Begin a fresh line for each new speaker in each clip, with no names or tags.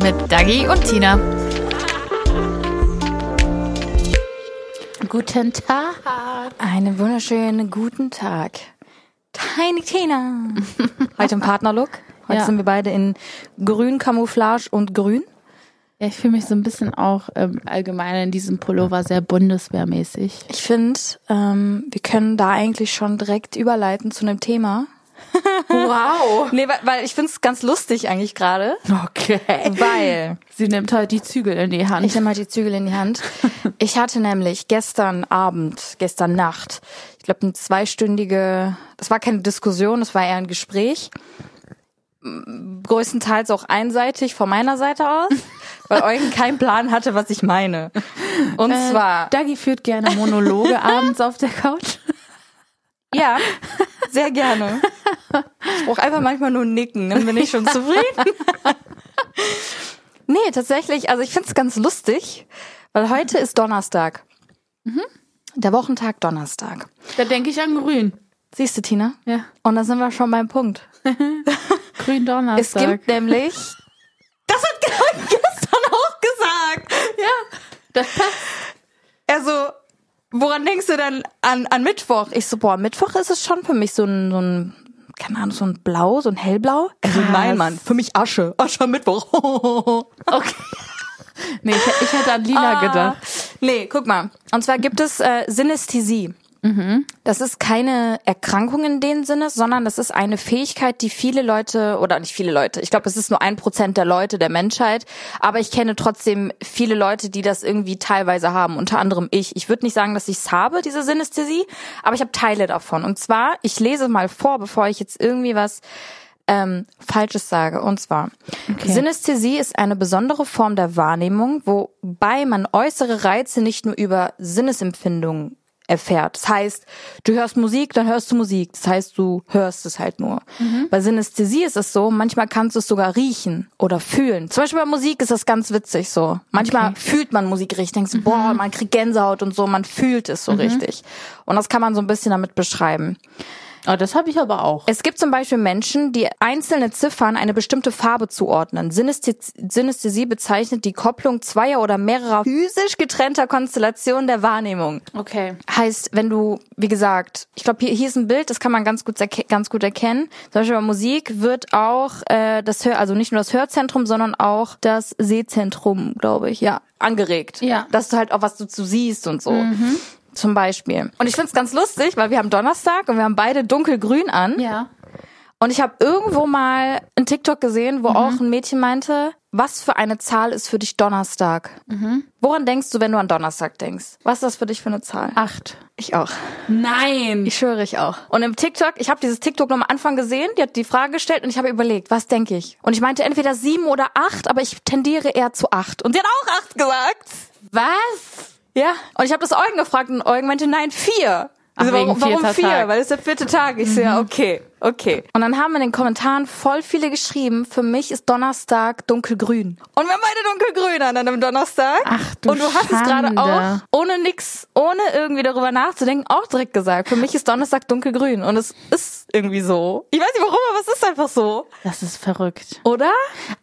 Mit Dagi und Tina.
Guten Tag.
Einen wunderschönen guten Tag. Tiny Tina. Heute im Partnerlook. Heute
Ja.
sind wir beide in grün Camouflage und grün.
Ja, ich fühle mich so ein bisschen auch ähm, allgemein in diesem Pullover sehr bundeswehrmäßig.
Ich finde, ähm, wir können da eigentlich schon direkt überleiten zu einem Thema.
Wow.
Nee, weil, weil ich finde es ganz lustig eigentlich gerade.
Okay.
Weil
Sie nimmt halt die Zügel in die
Ich
Hand.
nehme mal die Zügel in die Hand. Ich hatte nämlich gestern Abend, gestern Nacht, ich glaube eine zweistündige, das war keine Diskussion, das war eher ein Gespräch. M, Größtenteils auch einseitig von meiner Seite aus, weil Eugen keinen Plan hatte, was ich meine. Und zwar,
Dagi führt gerne Monologe abends auf der Couch.
ja, sehr gerne. Ich brauche einfach manchmal nur nicken, dann bin ich schon zufrieden. Nee, tatsächlich, also ich find's ganz lustig, weil heute ist Donnerstag. Mhm. Der Wochentag Donnerstag.
Da denke ich an Grün.
Siehst du, Tina?
Ja.
Und da sind wir schon beim Punkt.
Grün
Es
Donnerstag.
gibt nämlich. Das hat Georg gestern auch gesagt. Ja.
das passt.
Also, woran denkst du denn an, an Mittwoch? Ich so, boah, Mittwoch ist es schon für mich so ein, so ein keine Ahnung, so ein Blau, so ein Hellblau. Also nein, Mann. Für mich Asche. Asche am Mittwoch.
Nee, ich, ich hätte an Lila gedacht.
Ah. Nee, guck mal. Und zwar gibt es äh, Synästhesie.
Mhm.
Das ist keine Erkrankung in dem Sinne, sondern das ist eine Fähigkeit, die viele Leute, oder nicht viele Leute, ich glaube, es ist nur ein Prozent der Leute, der Menschheit, aber ich kenne trotzdem viele Leute, die das irgendwie teilweise haben, unter anderem ich. Ich würde nicht sagen, dass ich's habe, diese Synästhesie, aber ich habe Teile davon. Und zwar, ich lese mal vor, bevor ich jetzt irgendwie was ähm, Falsches sage. Und zwar, Synästhesie ist eine besondere Form der Wahrnehmung, wobei man äußere Reize nicht nur über Sinnesempfindungen erfährt. Das heißt, du hörst Musik, dann hörst du Musik. Das heißt, du hörst es halt nur. Bei Synästhesie ist es so, manchmal kannst du es sogar riechen oder fühlen. Zum Beispiel bei Musik ist das ganz witzig so. Manchmal fühlt man Musik richtig, denkst, boah, man kriegt Gänsehaut und so, man fühlt es so richtig. Und das kann man so ein bisschen damit beschreiben.
Oh, das habe ich aber auch.
Es gibt zum Beispiel Menschen, die einzelne Ziffern eine bestimmte Farbe zuordnen. Synästhe- Synästhesie bezeichnet die Kopplung zweier oder mehrerer physisch getrennter Konstellationen der Wahrnehmung.
Okay.
Heißt, wenn du, wie gesagt, ich glaube, hier, hier ist ein Bild, das kann man ganz gut, erke- ganz gut erkennen. Zum Beispiel bei Musik wird auch äh, das Hör, also nicht nur das Hörzentrum, sondern auch das Sehzentrum, glaube ich, ja, angeregt.
Ja.
Dass du halt auch was du zu siehst und so. Zum Beispiel. Und ich find's ganz lustig, weil wir haben Donnerstag und wir haben beide dunkelgrün an.
Ja.
Und ich habe irgendwo mal einen TikTok gesehen, wo auch ein Mädchen meinte, was für eine Zahl ist für dich Donnerstag? Woran denkst du, wenn du an Donnerstag denkst? Was ist das für dich für eine Zahl?
Acht.
Ah, Ich auch.
Nein.
Ich schwöre, ich auch. Und im TikTok, ich habe dieses TikTok noch am Anfang gesehen, die hat die Frage gestellt und ich habe überlegt, was denke ich? Und ich meinte entweder sieben oder acht, aber ich tendiere eher zu acht. Und sie hat auch acht gesagt.
Was?
Ja. Und ich habe das Eugen gefragt und Eugen meinte, nein, vier.
Ach,
Also,
wegen
warum
vierter
vier?
Tag. Mhm.
Weil es ist der vierte Tag. Ich so, ja, okay, okay. Und dann haben in den Kommentaren voll viele geschrieben, für mich ist Donnerstag dunkelgrün. Und wir haben beide dunkelgrün an einem Donnerstag.
Ach, du
Und du hast es gerade auch,
Schande.
ohne nix, ohne irgendwie darüber nachzudenken, auch direkt gesagt. Für mich ist Donnerstag dunkelgrün. Und es ist irgendwie so. Ich weiß nicht warum, aber es ist einfach so.
Das ist verrückt.
Oder?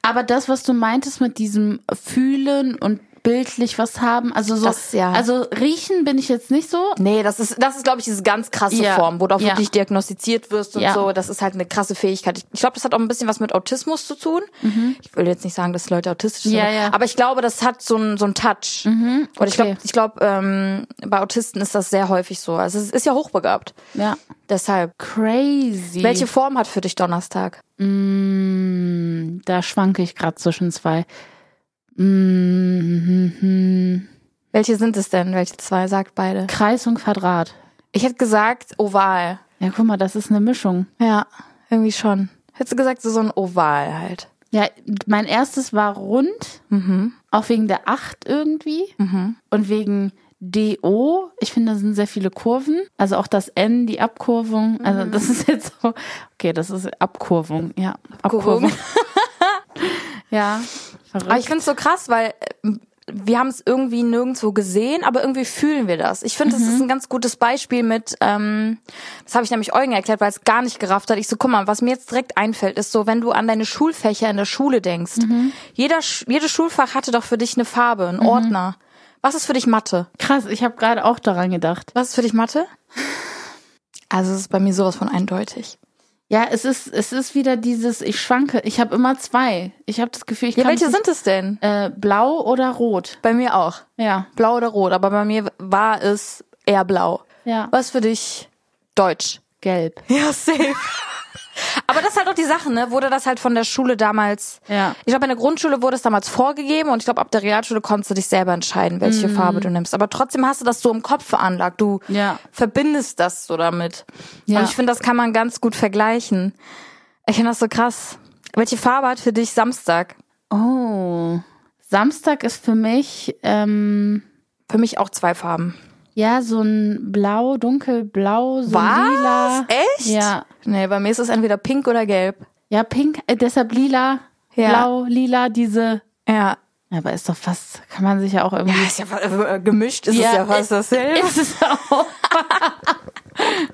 Aber das, was du meintest mit diesem Fühlen und bildlich was haben, also so,
Das, ja.
also riechen bin ich jetzt nicht so.
Nee, das ist, das ist, glaube ich, diese ganz krasse
Ja.
Form, wo du auch
Ja.
wirklich diagnostiziert wirst und
Ja.
so. Das ist halt eine krasse Fähigkeit. Ich, ich glaube, das hat auch ein bisschen was mit Autismus zu tun. Ich will jetzt nicht sagen, dass Leute autistisch sind,
Mhm. Ja, ja.
aber ich glaube, das hat so einen so einen Touch. Mhm. Und ich
Hm? okay.
glaube, ich glaub, ähm, bei Autisten ist das sehr häufig so. Also es ist ja hochbegabt.
Ja.
Deshalb.
Crazy.
Welche Form hat für dich Donnerstag?
Mm, da schwanke ich gerade zwischen zwei. Mm,
Welche sind es denn? Welche zwei? Sagt beide.
Kreis und Quadrat.
Ich hätte gesagt oval.
Ja, guck mal, das ist eine Mischung.
Ja, irgendwie schon. Hättest du gesagt, so so ein Oval halt.
Ja, mein erstes war rund,
Mhm.
auch wegen der 8 irgendwie und wegen DO. Ich finde, da sind sehr viele Kurven. Also auch das N, die Abkurvung.
Mhm.
Also das ist jetzt so, okay, das ist Abkurvung, ja.
Abkurvung.
ja, Ah,
Aber
verrückt.
ich finde es so krass, weil äh, wir haben es irgendwie nirgendwo gesehen, aber irgendwie fühlen wir das. Ich finde, das ist ein ganz gutes Beispiel mit, ähm, das habe ich nämlich Eugen erklärt, weil es gar nicht gerafft hat. Ich so, guck mal, was mir jetzt direkt einfällt, ist so, wenn du an deine Schulfächer in der Schule denkst. Jeder, Sch- jedes Schulfach hatte doch für dich eine Farbe, einen Ordner. Was ist für dich Mathe?
Krass, ich habe gerade auch daran gedacht.
Was ist für dich Mathe? Also es ist bei mir sowas von eindeutig.
Ja, es ist, es ist wieder dieses, ich schwanke, ich habe immer zwei. Ich habe das Gefühl, ich
Ja,
kann
welche
es nicht-
sind es denn?
äh, blau oder rot?
Bei mir auch.
Ja,
Blau oder rot, aber bei mir war es eher blau.
ja.
Was für dich Deutsch?
Gelb.
Ja, safe. Aber das ist halt auch die Sache, ne? Wurde das halt von der Schule damals.
Ja.
Ich glaube, in der Grundschule wurde es damals vorgegeben und ich glaube, ab der Realschule konntest du dich selber entscheiden, welche
Mhm.
Farbe du nimmst. Aber trotzdem hast du das so im Kopf veranlagt. Du
Ja.
verbindest das so damit.
Ja.
Und ich finde, das kann man ganz gut vergleichen. Ich finde das so krass. Welche Farbe hat für dich Samstag?
Oh. Samstag ist für mich ähm,
Für mich auch zwei Farben.
ja so ein blau, dunkelblau, so ein lila.
Echt?
Ja.
Nee, bei mir ist es entweder pink oder gelb.
Ja, pink, äh, deshalb lila,
Ja.
blau, lila, diese.
Ja.
Ja, Aber ist doch fast, kann man sich ja auch irgendwie.
Ja, ist ja äh, gemischt, ist es ja fast dasselbe.
Ist es auch.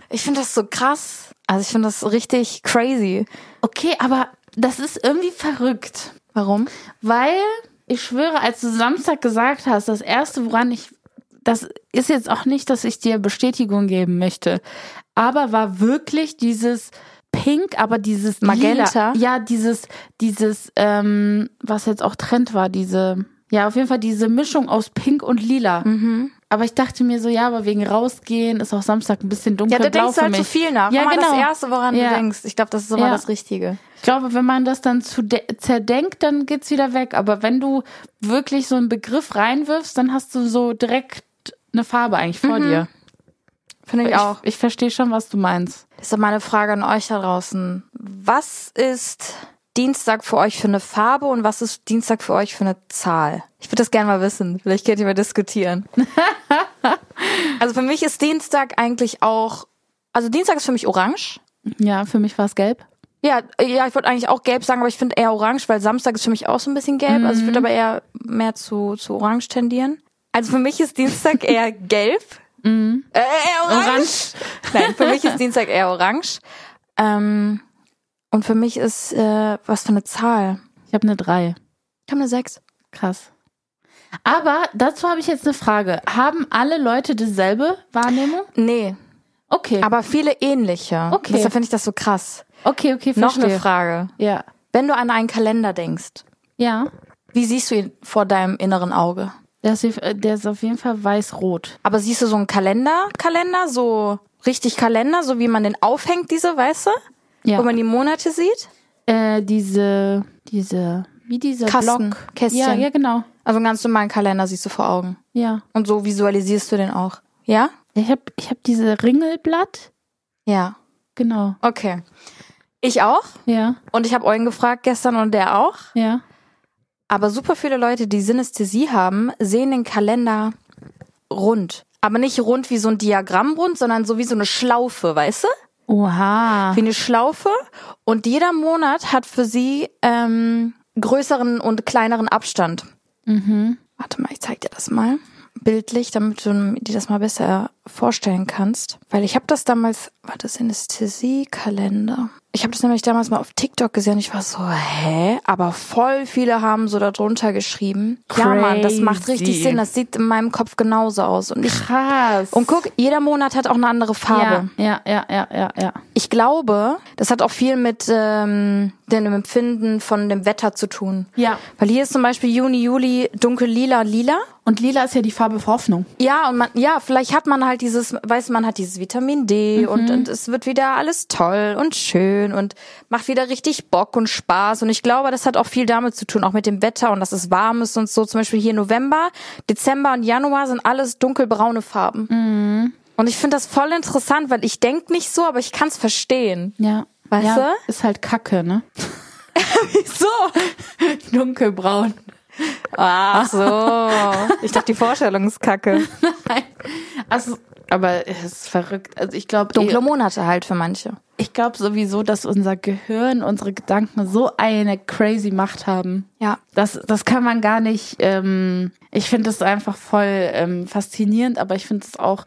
Ich finde das so krass. Also ich finde das richtig crazy.
Okay, aber das ist irgendwie verrückt.
Warum?
Weil, ich schwöre, als du Samstag gesagt hast, das erste, woran ich, das ist jetzt auch nicht, dass ich dir Bestätigung geben möchte, aber war wirklich dieses Pink, aber dieses
Magenta?
Lila, ja, dieses, dieses, ähm, was jetzt auch Trend war, diese, ja, auf jeden Fall diese Mischung aus Pink und Lila.
Mhm.
Aber ich dachte mir so, ja, aber wegen rausgehen ist auch Samstag ein bisschen dunkel.
Ja, da denkst du halt
mich.
zu viel nach.
Ja,
Mach mal
genau.
das Erste, woran
Ja.
du denkst. Ich glaube, das ist immer
Ja.
das Richtige.
Ich glaube, wenn man das dann zu de- zerdenkt, dann geht's wieder weg. Aber wenn du wirklich so einen Begriff reinwirfst, dann hast du so direkt eine Farbe eigentlich vor dir.
Finde Mhm. ich, auch.
Ich verstehe schon, was du meinst.
Deshalb meine Frage an euch da draußen. Was ist Dienstag für euch für eine Farbe und was ist Dienstag für euch für eine Zahl? Ich würde das gerne mal wissen. Vielleicht könnt ihr mal diskutieren. also für mich ist Dienstag eigentlich auch, also Dienstag ist für mich orange.
Ja, für mich war es gelb.
Ja, ja, ich wollte eigentlich auch gelb sagen, aber ich finde eher orange, weil Samstag ist für mich auch so ein bisschen gelb. Also ich würde
Mhm.
aber eher mehr zu, zu orange tendieren. Also für mich ist Dienstag eher gelb. Äh, eher orange.
Mhm. Orange.
Nein, für mich ist Dienstag eher orange. Ähm, und für mich ist, äh, was für eine Zahl?
Ich habe eine 3.
Ich habe eine 6.
Krass. Aber dazu habe ich jetzt eine Frage. Haben alle Leute dieselbe Wahrnehmung?
Nee,
Okay.
aber viele ähnliche.
Okay.
Deshalb finde ich das so krass.
okay, okay, verstehe.
Noch eine Frage.
Ja.
Wenn du an einen Kalender denkst,
Ja.
wie siehst du ihn vor deinem inneren Auge?
Der ist, der ist auf jeden Fall weiß-rot.
Aber siehst du so einen Kalender, Kalender, so richtig Kalender, so wie man den aufhängt, diese, weißt du?
Ja.
Wo man die Monate sieht?
Äh, diese, diese, wie diese
Kasten,
Block.
Kästchen.
Ja, ja, genau.
Also einen ganz normalen Kalender siehst du vor Augen.
Ja.
Und so visualisierst du den auch. Ja?
Ich habe ich hab diese Ringelblatt.
Ja.
Genau.
Okay. Ich auch.
Ja,
Und ich habe Eugen gefragt gestern und der auch.
ja.
Aber super viele Leute, die Synästhesie haben, sehen den Kalender rund. Aber nicht rund wie so ein Diagramm rund, sondern so wie so eine Schlaufe, weißt du?
Oha.
wie eine Schlaufe und jeder Monat hat für sie ähm, größeren und kleineren Abstand.
Mhm.
Warte mal, ich zeig dir das mal bildlich, damit du dir das mal besser vorstellen kannst. Weil ich habe das damals, war das Synästhesie-Kalender? Ich habe das nämlich damals mal auf TikTok gesehen und ich war so, hä? Aber voll viele haben so darunter geschrieben. Ja, Mann, das macht richtig
Crazy.
Sinn. Das sieht in meinem Kopf genauso aus. Und ich,
Krass.
und guck, jeder Monat hat auch eine andere Farbe.
ja, ja, ja, ja, ja, ja.
Ich glaube, das hat auch viel mit ähm, dem Empfinden von dem Wetter zu tun.
Ja.
Weil hier ist zum Beispiel Juni, Juli dunkel lila, lila.
Und lila ist ja die Farbe für Hoffnung.
Ja, und man, ja, vielleicht hat man halt dieses, weiß man hat dieses Vitamin D und, und es wird wieder alles toll und schön und macht wieder richtig Bock und Spaß. Und ich glaube, das hat auch viel damit zu tun, auch mit dem Wetter und dass es warm ist und so. Zum Beispiel hier November, Dezember und Januar sind alles dunkelbraune Farben. Und ich finde das voll interessant, weil ich denk nicht so, aber ich kann es verstehen.
Ja.
Weißt
ja,
du?
Ist halt Kacke, ne?
Wieso?
Dunkelbraun.
Ach so. Ich dachte, die Vorstellung ist kacke.
Also, aber es ist verrückt. Also ich glaube,
Dunkle Monate halt für manche.
ich glaube sowieso, dass unser Gehirn, unsere Gedanken so eine crazy Macht haben.
Ja.
Das, das kann man gar nicht. Ähm, ich finde es einfach voll ähm, faszinierend, aber ich finde es auch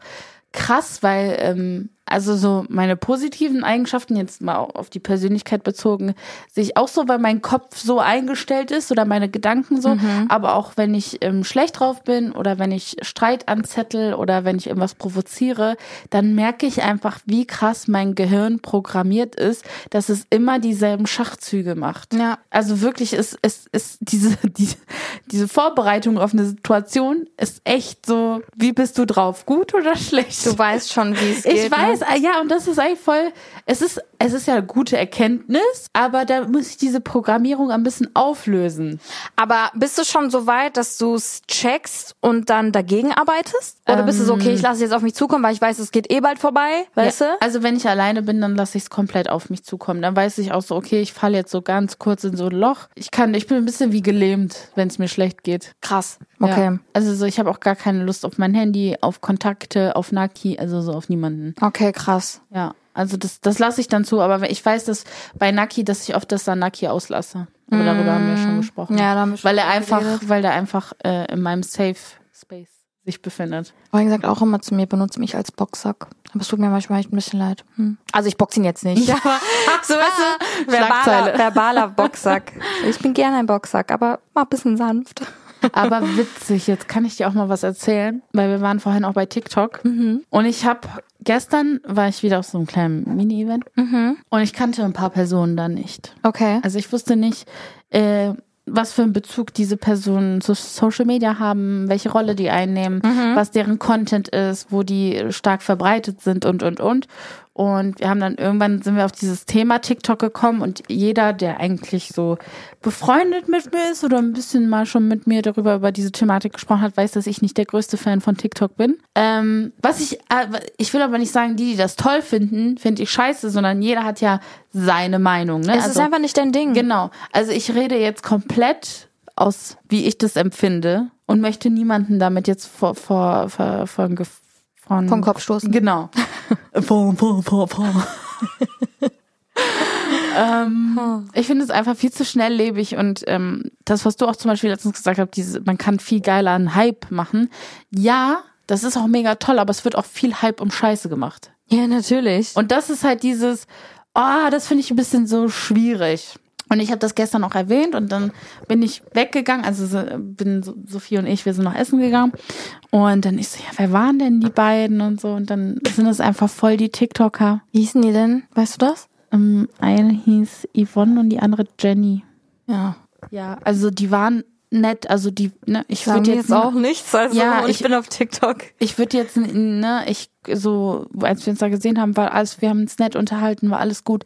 krass, weil ähm, also so meine positiven Eigenschaften jetzt mal au- auf die Persönlichkeit bezogen, sehe ich auch so, weil mein Kopf so eingestellt ist oder meine Gedanken so. Aber auch wenn ich ähm, schlecht drauf bin oder wenn ich Streit anzettel oder wenn ich irgendwas provoziere, dann merke ich einfach, wie krass mein Gehirn programmiert ist, dass es immer dieselben Schachzüge macht.
Ja.
Also wirklich, es es ist diese, diese, diese Vorbereitung auf eine Situation ist echt so, wie bist du drauf? Gut oder schlecht?
Du weißt schon, wie es geht.
ich weiß,
Ne?
ah, ja, und das ist eigentlich voll, es ist, es ist ja eine gute Erkenntnis, aber da muss ich diese Programmierung ein bisschen auflösen.
Aber bist du schon so weit, dass du es checkst und dann dagegen arbeitest? Oder bist du so, okay, ich lasse es jetzt auf mich zukommen, weil ich weiß, es geht eh bald vorbei, weißt
Ja,
du?
Also wenn ich alleine bin, dann lasse ich es komplett auf mich zukommen. Dann weiß ich auch so, okay, ich falle jetzt so ganz kurz in so ein Loch. Ich kann, ich bin ein bisschen wie gelähmt, wenn es mir schlecht geht.
Krass. Okay.
Ja. Also so, ich habe auch gar keine Lust auf mein Handy, auf Kontakte, auf Naki, also so auf niemanden.
Okay, krass.
Ja. Also das, das lasse ich dann zu, aber wenn- ich weiß, dass bei Naki, dass ich oft das dann Naki auslasse. Aber darüber haben wir schon gesprochen.
Ja, da haben wir schon
weil er
drüber
einfach,
geredet.
weil er einfach äh, in meinem Safe Space sich befindet.
Vorhin sagt auch immer zu mir, benutze mich als Boxsack. Aber es tut mir manchmal echt ein bisschen leid. Hm. Also ich boxe ihn jetzt nicht. aber so weißt du, verbaler,
Schlagzeile.
verbaler Boxsack. Ich bin gerne ein Boxsack, aber mal ein bisschen sanft.
Aber witzig, jetzt kann ich dir auch mal was erzählen, weil wir waren vorhin auch bei TikTok. Und ich habe gestern war ich wieder auf so einem kleinen Mini-Event und ich kannte ein paar Personen da nicht.
Okay.
Also ich wusste nicht, äh, was für einen Bezug diese Personen zu Social Media haben, welche Rolle die einnehmen,
Mhm.
was deren Content ist, wo die stark verbreitet sind und und und. Und wir haben dann irgendwann sind wir auf dieses Thema TikTok gekommen und jeder, der eigentlich so befreundet mit mir ist oder ein bisschen mal schon mit mir darüber über diese Thematik gesprochen hat, weiß, dass ich nicht der größte Fan von TikTok bin. Ähm, was ich, äh, ich will aber nicht sagen, die, die das toll finden, finde ich scheiße, sondern jeder hat ja seine Meinung. Ne?
Es ist einfach nicht dein Ding.
Genau. Also ich rede jetzt komplett aus, wie ich das empfinde und möchte niemanden damit jetzt vor, vor, vor, vor, von, von
Vom Kopf stoßen.
Genau. vor, vor, vor, vor.
Hm.
ähm, ich finde es einfach viel zu schnelllebig und ähm, das, was du auch zum Beispiel letztens gesagt hast, diese, man kann viel geiler einen Hype machen. Ja, das ist auch mega toll, aber es wird auch viel Hype um Scheiße gemacht.
Ja, natürlich.
Und das ist halt dieses, ah, das finde ich ein bisschen so schwierig. Und ich habe das gestern auch erwähnt und dann bin ich weggegangen, also so- bin so- Sophie und ich, wir sind noch essen gegangen und dann ich so, ja, wer waren denn die beiden und so und dann sind es einfach voll die TikToker.
Wie hießen die denn? Weißt du das?
Ähm, eine hieß Yvonne und die andere Jenny.
Ja.
Ja, also die waren nett, also die, ne, ich würde jetzt auch
nichts. Also
Ja, ich-
bin auf TikTok.
ich würde jetzt, ne, ich so, als wir uns da gesehen haben, war alles, wir haben uns nett unterhalten, war alles gut.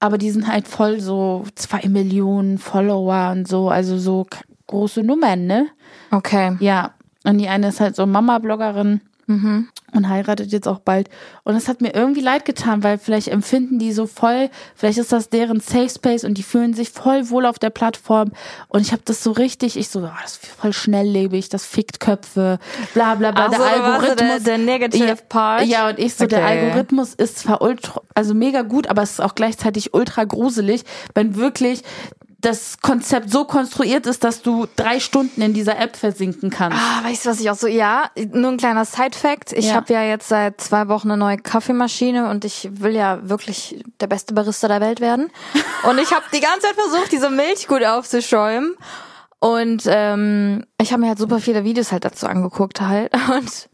Aber die sind halt voll so zwei Millionen Follower und so, also so k- große Nummern, ne?
Okay.
Ja. Und die eine ist halt so Mama-Bloggerin
Mhm.
und heiratet jetzt auch bald. Und es hat mir irgendwie leid getan, weil vielleicht empfinden die so voll, vielleicht ist das deren Safe Space und die fühlen sich voll wohl auf der Plattform. Und ich habe das so richtig, ich so, ah, das ist voll schnelllebig, das fickt Köpfe, bla bla bla.
Ach
der
so, da war so
Algorithmus.
der- der negative
ja,
Part.
Ja, und ich so, der
Okay.
Algorithmus ist zwar ultra, also mega gut, aber es ist auch gleichzeitig ultra gruselig, wenn wirklich das Konzept so konstruiert ist, dass du drei Stunden in dieser App versinken kannst.
Ah, weißt du, was ich auch so, ja, nur ein kleiner Side-Fact. Ich
Ja.
habe ja jetzt seit zwei Wochen eine neue Kaffeemaschine und ich will ja wirklich der beste Barista der Welt werden. Und ich habe die ganze Zeit versucht, diese Milch gut aufzuschäumen. Und ähm, ich habe mir halt super viele Videos halt dazu angeguckt halt. Und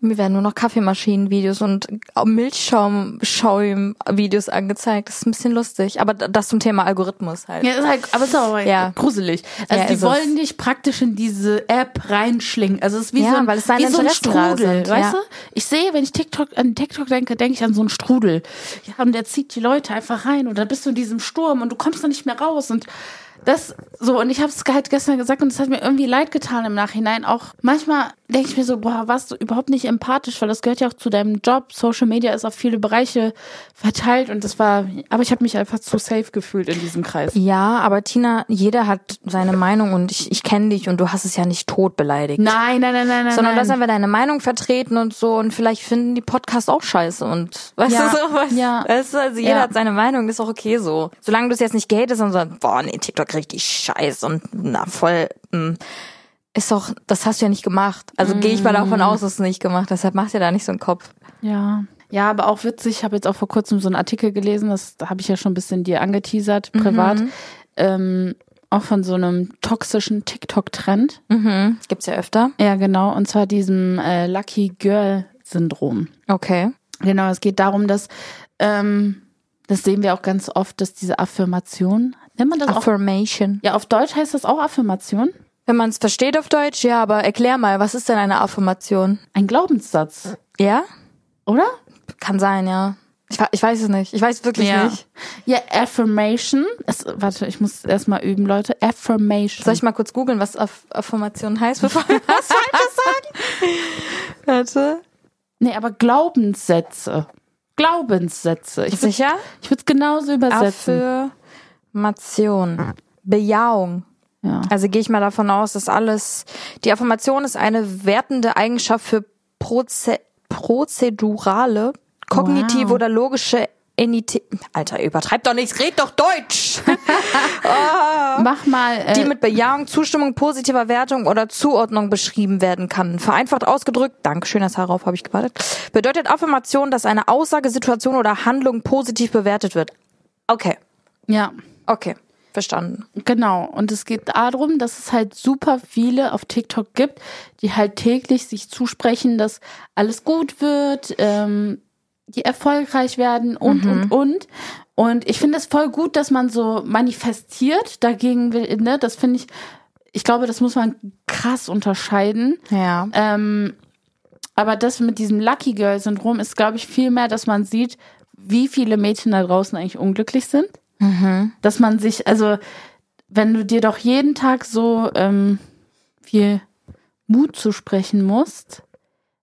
mir werden nur noch Kaffeemaschinen-Videos und Milchschaum-Schaum-Videos angezeigt. Das ist ein bisschen lustig. Aber das zum Thema Algorithmus halt.
Ja, ist halt, aber ist auch
Ja.
gruselig. Also
Ja,
die
ist es.
wollen dich praktisch in diese App reinschlingen. Also es ist wie
Ja,
so ein,
weil es deine
wie so ein
Interessen da
Strudel,
sind,
weißt
ja.
du? Ich sehe, wenn ich TikTok an TikTok denke, denke ich an so einen Strudel. Ja, und der zieht die Leute einfach rein und dann bist du in diesem Sturm und du kommst da nicht mehr raus und das so und ich habe es halt gestern gesagt und es hat mir irgendwie leid getan im Nachhinein. Auch manchmal denke ich mir so, boah, warst du überhaupt nicht empathisch, weil das gehört ja auch zu deinem Job. Social Media ist auf viele Bereiche verteilt und das war, aber ich habe mich einfach zu safe gefühlt in diesem Kreis.
Ja, aber Tina, jeder hat seine Meinung und ich, ich kenne dich und du hast es ja nicht tot beleidigt.
Nein, nein, nein, nein, nein.
sondern du
nein.
hast einfach deine Meinung vertreten und so und vielleicht finden die Podcasts auch scheiße und weißt
Ja,
du so was?
ja.
Weißt du, also jeder
Ja.
hat seine Meinung, ist auch okay so. Solange du es jetzt nicht gehatest und sagst, boah, nee, TikTok richtig scheiße und na voll, mm, ist doch, das hast du ja nicht gemacht. Also gehe ich mal davon
Mhm.
aus, dass du es nicht gemacht hast. Deshalb mach dir da nicht so einen Kopf.
Ja. Ja, aber auch witzig, ich habe jetzt auch vor kurzem so einen Artikel gelesen, das habe ich ja schon ein bisschen dir angeteasert,
Mhm.
privat. Ähm, auch von so einem toxischen TikTok-Trend.
Mhm. Gibt's ja öfter.
Ja, genau. Und zwar diesem äh, Lucky Girl-Syndrom.
Okay.
Genau, es geht darum, dass, ähm, das sehen wir auch ganz oft, dass diese Affirmation, nennt man das Also auch?
Affirmation.
Ja, auf Deutsch heißt das auch Affirmation.
Wenn man es versteht auf Deutsch, ja, aber erklär mal, was ist denn eine Affirmation?
Ein Glaubenssatz,
Ja?
oder?
Kann sein, ja. Ich, wa- ich weiß es nicht. Ich weiß es wirklich
Ja.
nicht.
Ja, Affirmation. Es, warte, ich muss erst mal üben, Leute. Affirmation.
Soll ich mal kurz googeln, was Aff Affirmation heißt, bevor wir was Falsches sagen? Warte.
Nee, aber Glaubenssätze. Glaubenssätze. Ich würde
Sicher?
ich es genauso übersetzen.
Affirmation. Bejahung.
Ja.
Also gehe ich mal davon aus, dass alles. Die Affirmation ist eine wertende Eigenschaft für Proze prozedurale, kognitive
Wow.
oder logische Entität. Alter, übertreib doch nichts, red doch Deutsch!
Mach mal. Äh,
die mit Bejahung, Zustimmung, positiver Wertung oder Zuordnung beschrieben werden kann. Vereinfacht ausgedrückt, Dankeschön, dass darauf habe ich gewartet, bedeutet Affirmation, dass eine Aussage, Situation oder Handlung positiv bewertet wird. Okay,
ja,
okay, verstanden.
genau. Und es geht darum, dass es halt super viele auf TikTok gibt, die halt täglich sich zusprechen, dass alles gut wird, ähm, die erfolgreich werden und,
Mhm.
und, und. Und ich finde es voll gut, dass man so manifestiert dagegen will. Ne? Das finde ich, ich glaube, das muss man krass unterscheiden.
Ja.
Ähm, aber das mit diesem Lucky Girl Syndrom ist, glaube ich, viel mehr, dass man sieht, wie viele Mädchen da draußen eigentlich unglücklich sind.
Mhm.
Dass man sich, also wenn du dir doch jeden Tag so ähm, viel Mut zusprechen musst,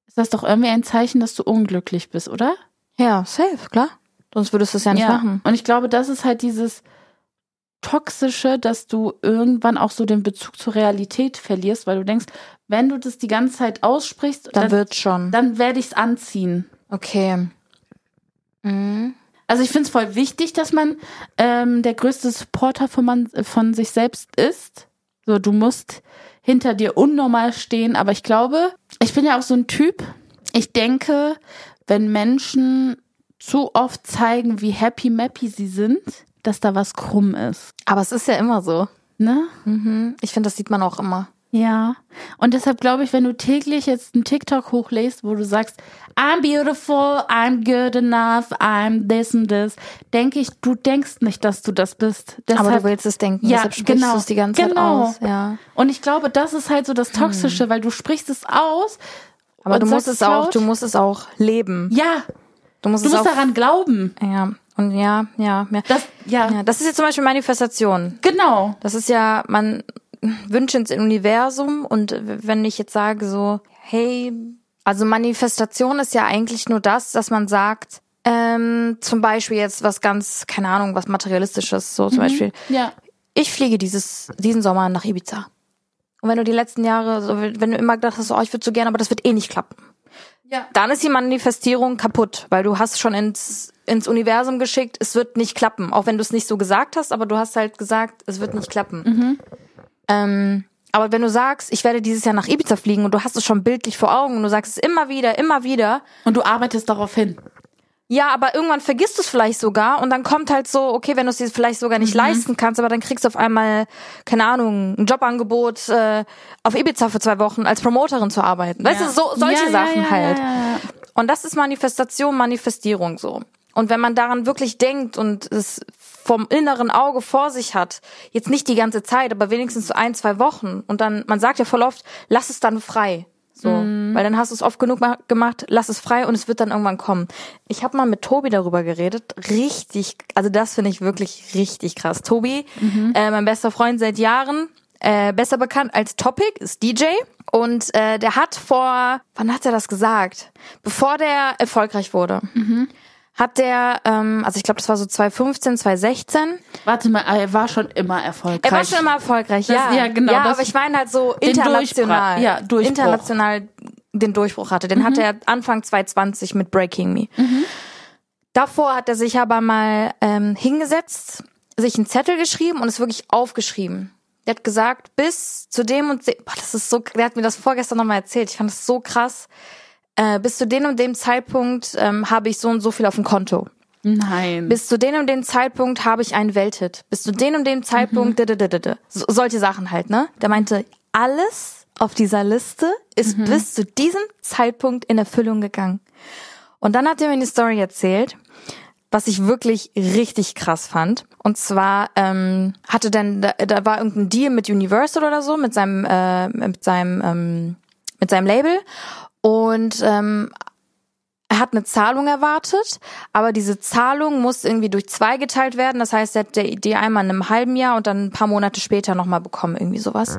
ist das doch irgendwie ein Zeichen, dass du unglücklich bist, oder?
Ja, safe, klar. Sonst würdest du es ja nicht machen.
Und ich glaube, das ist halt dieses Toxische, dass du irgendwann auch so den Bezug zur Realität verlierst, weil du denkst, wenn du das die ganze Zeit aussprichst,
Dann wird's schon.
dann werde ich es anziehen.
Okay. Mhm.
Also ich finde es voll wichtig, dass man ähm, der größte Supporter von, man, von sich selbst ist. So, du musst hinter dir unnormal stehen. Aber ich glaube, ich bin ja auch so ein Typ. Ich denke, wenn Menschen zu oft zeigen, wie happy mappy sie sind, dass da was krumm ist.
Aber es ist ja immer so.
Ne?
Mhm. Ich finde, das sieht man auch immer.
Ja. Und deshalb glaube ich, wenn du täglich jetzt einen TikTok hochlädst, wo du sagst, I'm beautiful, I'm good enough, I'm this and this, denke ich, du denkst nicht, dass du das bist. Deshalb,
Aber du willst es denken,
Ja,
deshalb sprichst
genau.
du es die ganze
Genau.
Zeit aus. Ja. Hm.
Und ich glaube, das ist halt so das Toxische, weil du sprichst es aus.
Aber
und
du musst
sagst
es auch,
laut,
du musst es auch leben.
Ja,
Du musst
du
es
musst
auch
daran glauben.
Ja, und ja, ja, ja.
Das, ja,
ja, das ist jetzt zum Beispiel Manifestation.
genau.
Das ist ja, man wünscht ins Universum und wenn ich jetzt sage so, hey, also Manifestation ist ja eigentlich nur das, dass man sagt, ähm, zum Beispiel jetzt was ganz, keine Ahnung, was materialistisches, so zum Beispiel,
Ja.
ich fliege dieses, diesen Sommer nach Ibiza. Und wenn du die letzten Jahre, so, wenn du immer gedacht hast, oh, ich würde so gerne, aber das wird eh nicht klappen.
Ja.
Dann ist die Manifestierung kaputt, weil du hast schon ins, ins Universum geschickt, es wird nicht klappen. Auch wenn du es nicht so gesagt hast, aber du hast halt gesagt, es wird nicht klappen. Ähm, aber wenn du sagst, ich werde dieses Jahr nach Ibiza fliegen und du hast es schon bildlich vor Augen und du sagst es immer wieder, immer wieder,
Und du arbeitest darauf hin.
ja, aber irgendwann vergisst du es vielleicht sogar und dann kommt halt so, okay, wenn du es dir vielleicht sogar
Mhm.
nicht leisten kannst, aber dann kriegst du auf einmal, keine Ahnung, ein Jobangebot äh, auf Ibiza für zwei Wochen als Promoterin zu arbeiten. Weißt du, so, solche
ja,
Sachen
ja, ja,
halt.
Ja, ja, ja.
Und das ist Manifestation, Manifestierung so. Und wenn man daran wirklich denkt und es vom inneren Auge vor sich hat, jetzt nicht die ganze Zeit, aber wenigstens so ein, zwei Wochen. Und dann, man sagt ja voll oft, lass es dann frei. So, weil dann hast du es oft genug ma- gemacht, lass es frei und es wird dann irgendwann kommen. Ich habe mal mit Tobi darüber geredet, richtig, also das finde ich wirklich richtig krass. Tobi, äh, mein bester Freund seit Jahren, äh, besser bekannt als Topic, ist DJ. Und äh, der hat vor, wann hat er das gesagt? Bevor der erfolgreich wurde. Hat der, ähm, also ich glaube, das war so 2015, 2016.
Warte mal, er war schon immer erfolgreich.
Er war schon immer erfolgreich, ja.
ja, genau,
Ja,
das-
aber ich meine halt so
Den
international.
Durchbra- ja, Durchbruch. Mhm.
International den Durchbruch hatte. Den hatte er Anfang 2020 mit Breaking Me. Davor hat er sich aber mal ähm, hingesetzt, sich einen Zettel geschrieben und es wirklich aufgeschrieben. Er hat gesagt, bis zu dem und dem, boah, das ist so, der hat mir das vorgestern nochmal erzählt. Ich fand das so krass. Äh, bis zu dem und dem Zeitpunkt ähm, habe ich so und so viel auf dem Konto.
Nein.
Bis zu dem und dem Zeitpunkt habe ich einen Welthit. Bis zu dem und dem Zeitpunkt, mhm. so, solche Sachen halt, ne? Der meinte, alles auf dieser Liste ist bis zu diesem Zeitpunkt in Erfüllung gegangen. Und dann hat er mir eine Story erzählt, was ich wirklich richtig krass fand. Und zwar ähm, hatte dann, da, da war irgendein Deal mit Universal oder so, mit seinem, äh, mit seinem, ähm, mit seinem Label. Und ähm, er hat eine Zahlung erwartet, aber diese Zahlung muss irgendwie durch zwei geteilt werden. Das heißt, er hat die die einmal in einem halben Jahr und dann ein paar Monate später nochmal bekommen, irgendwie sowas.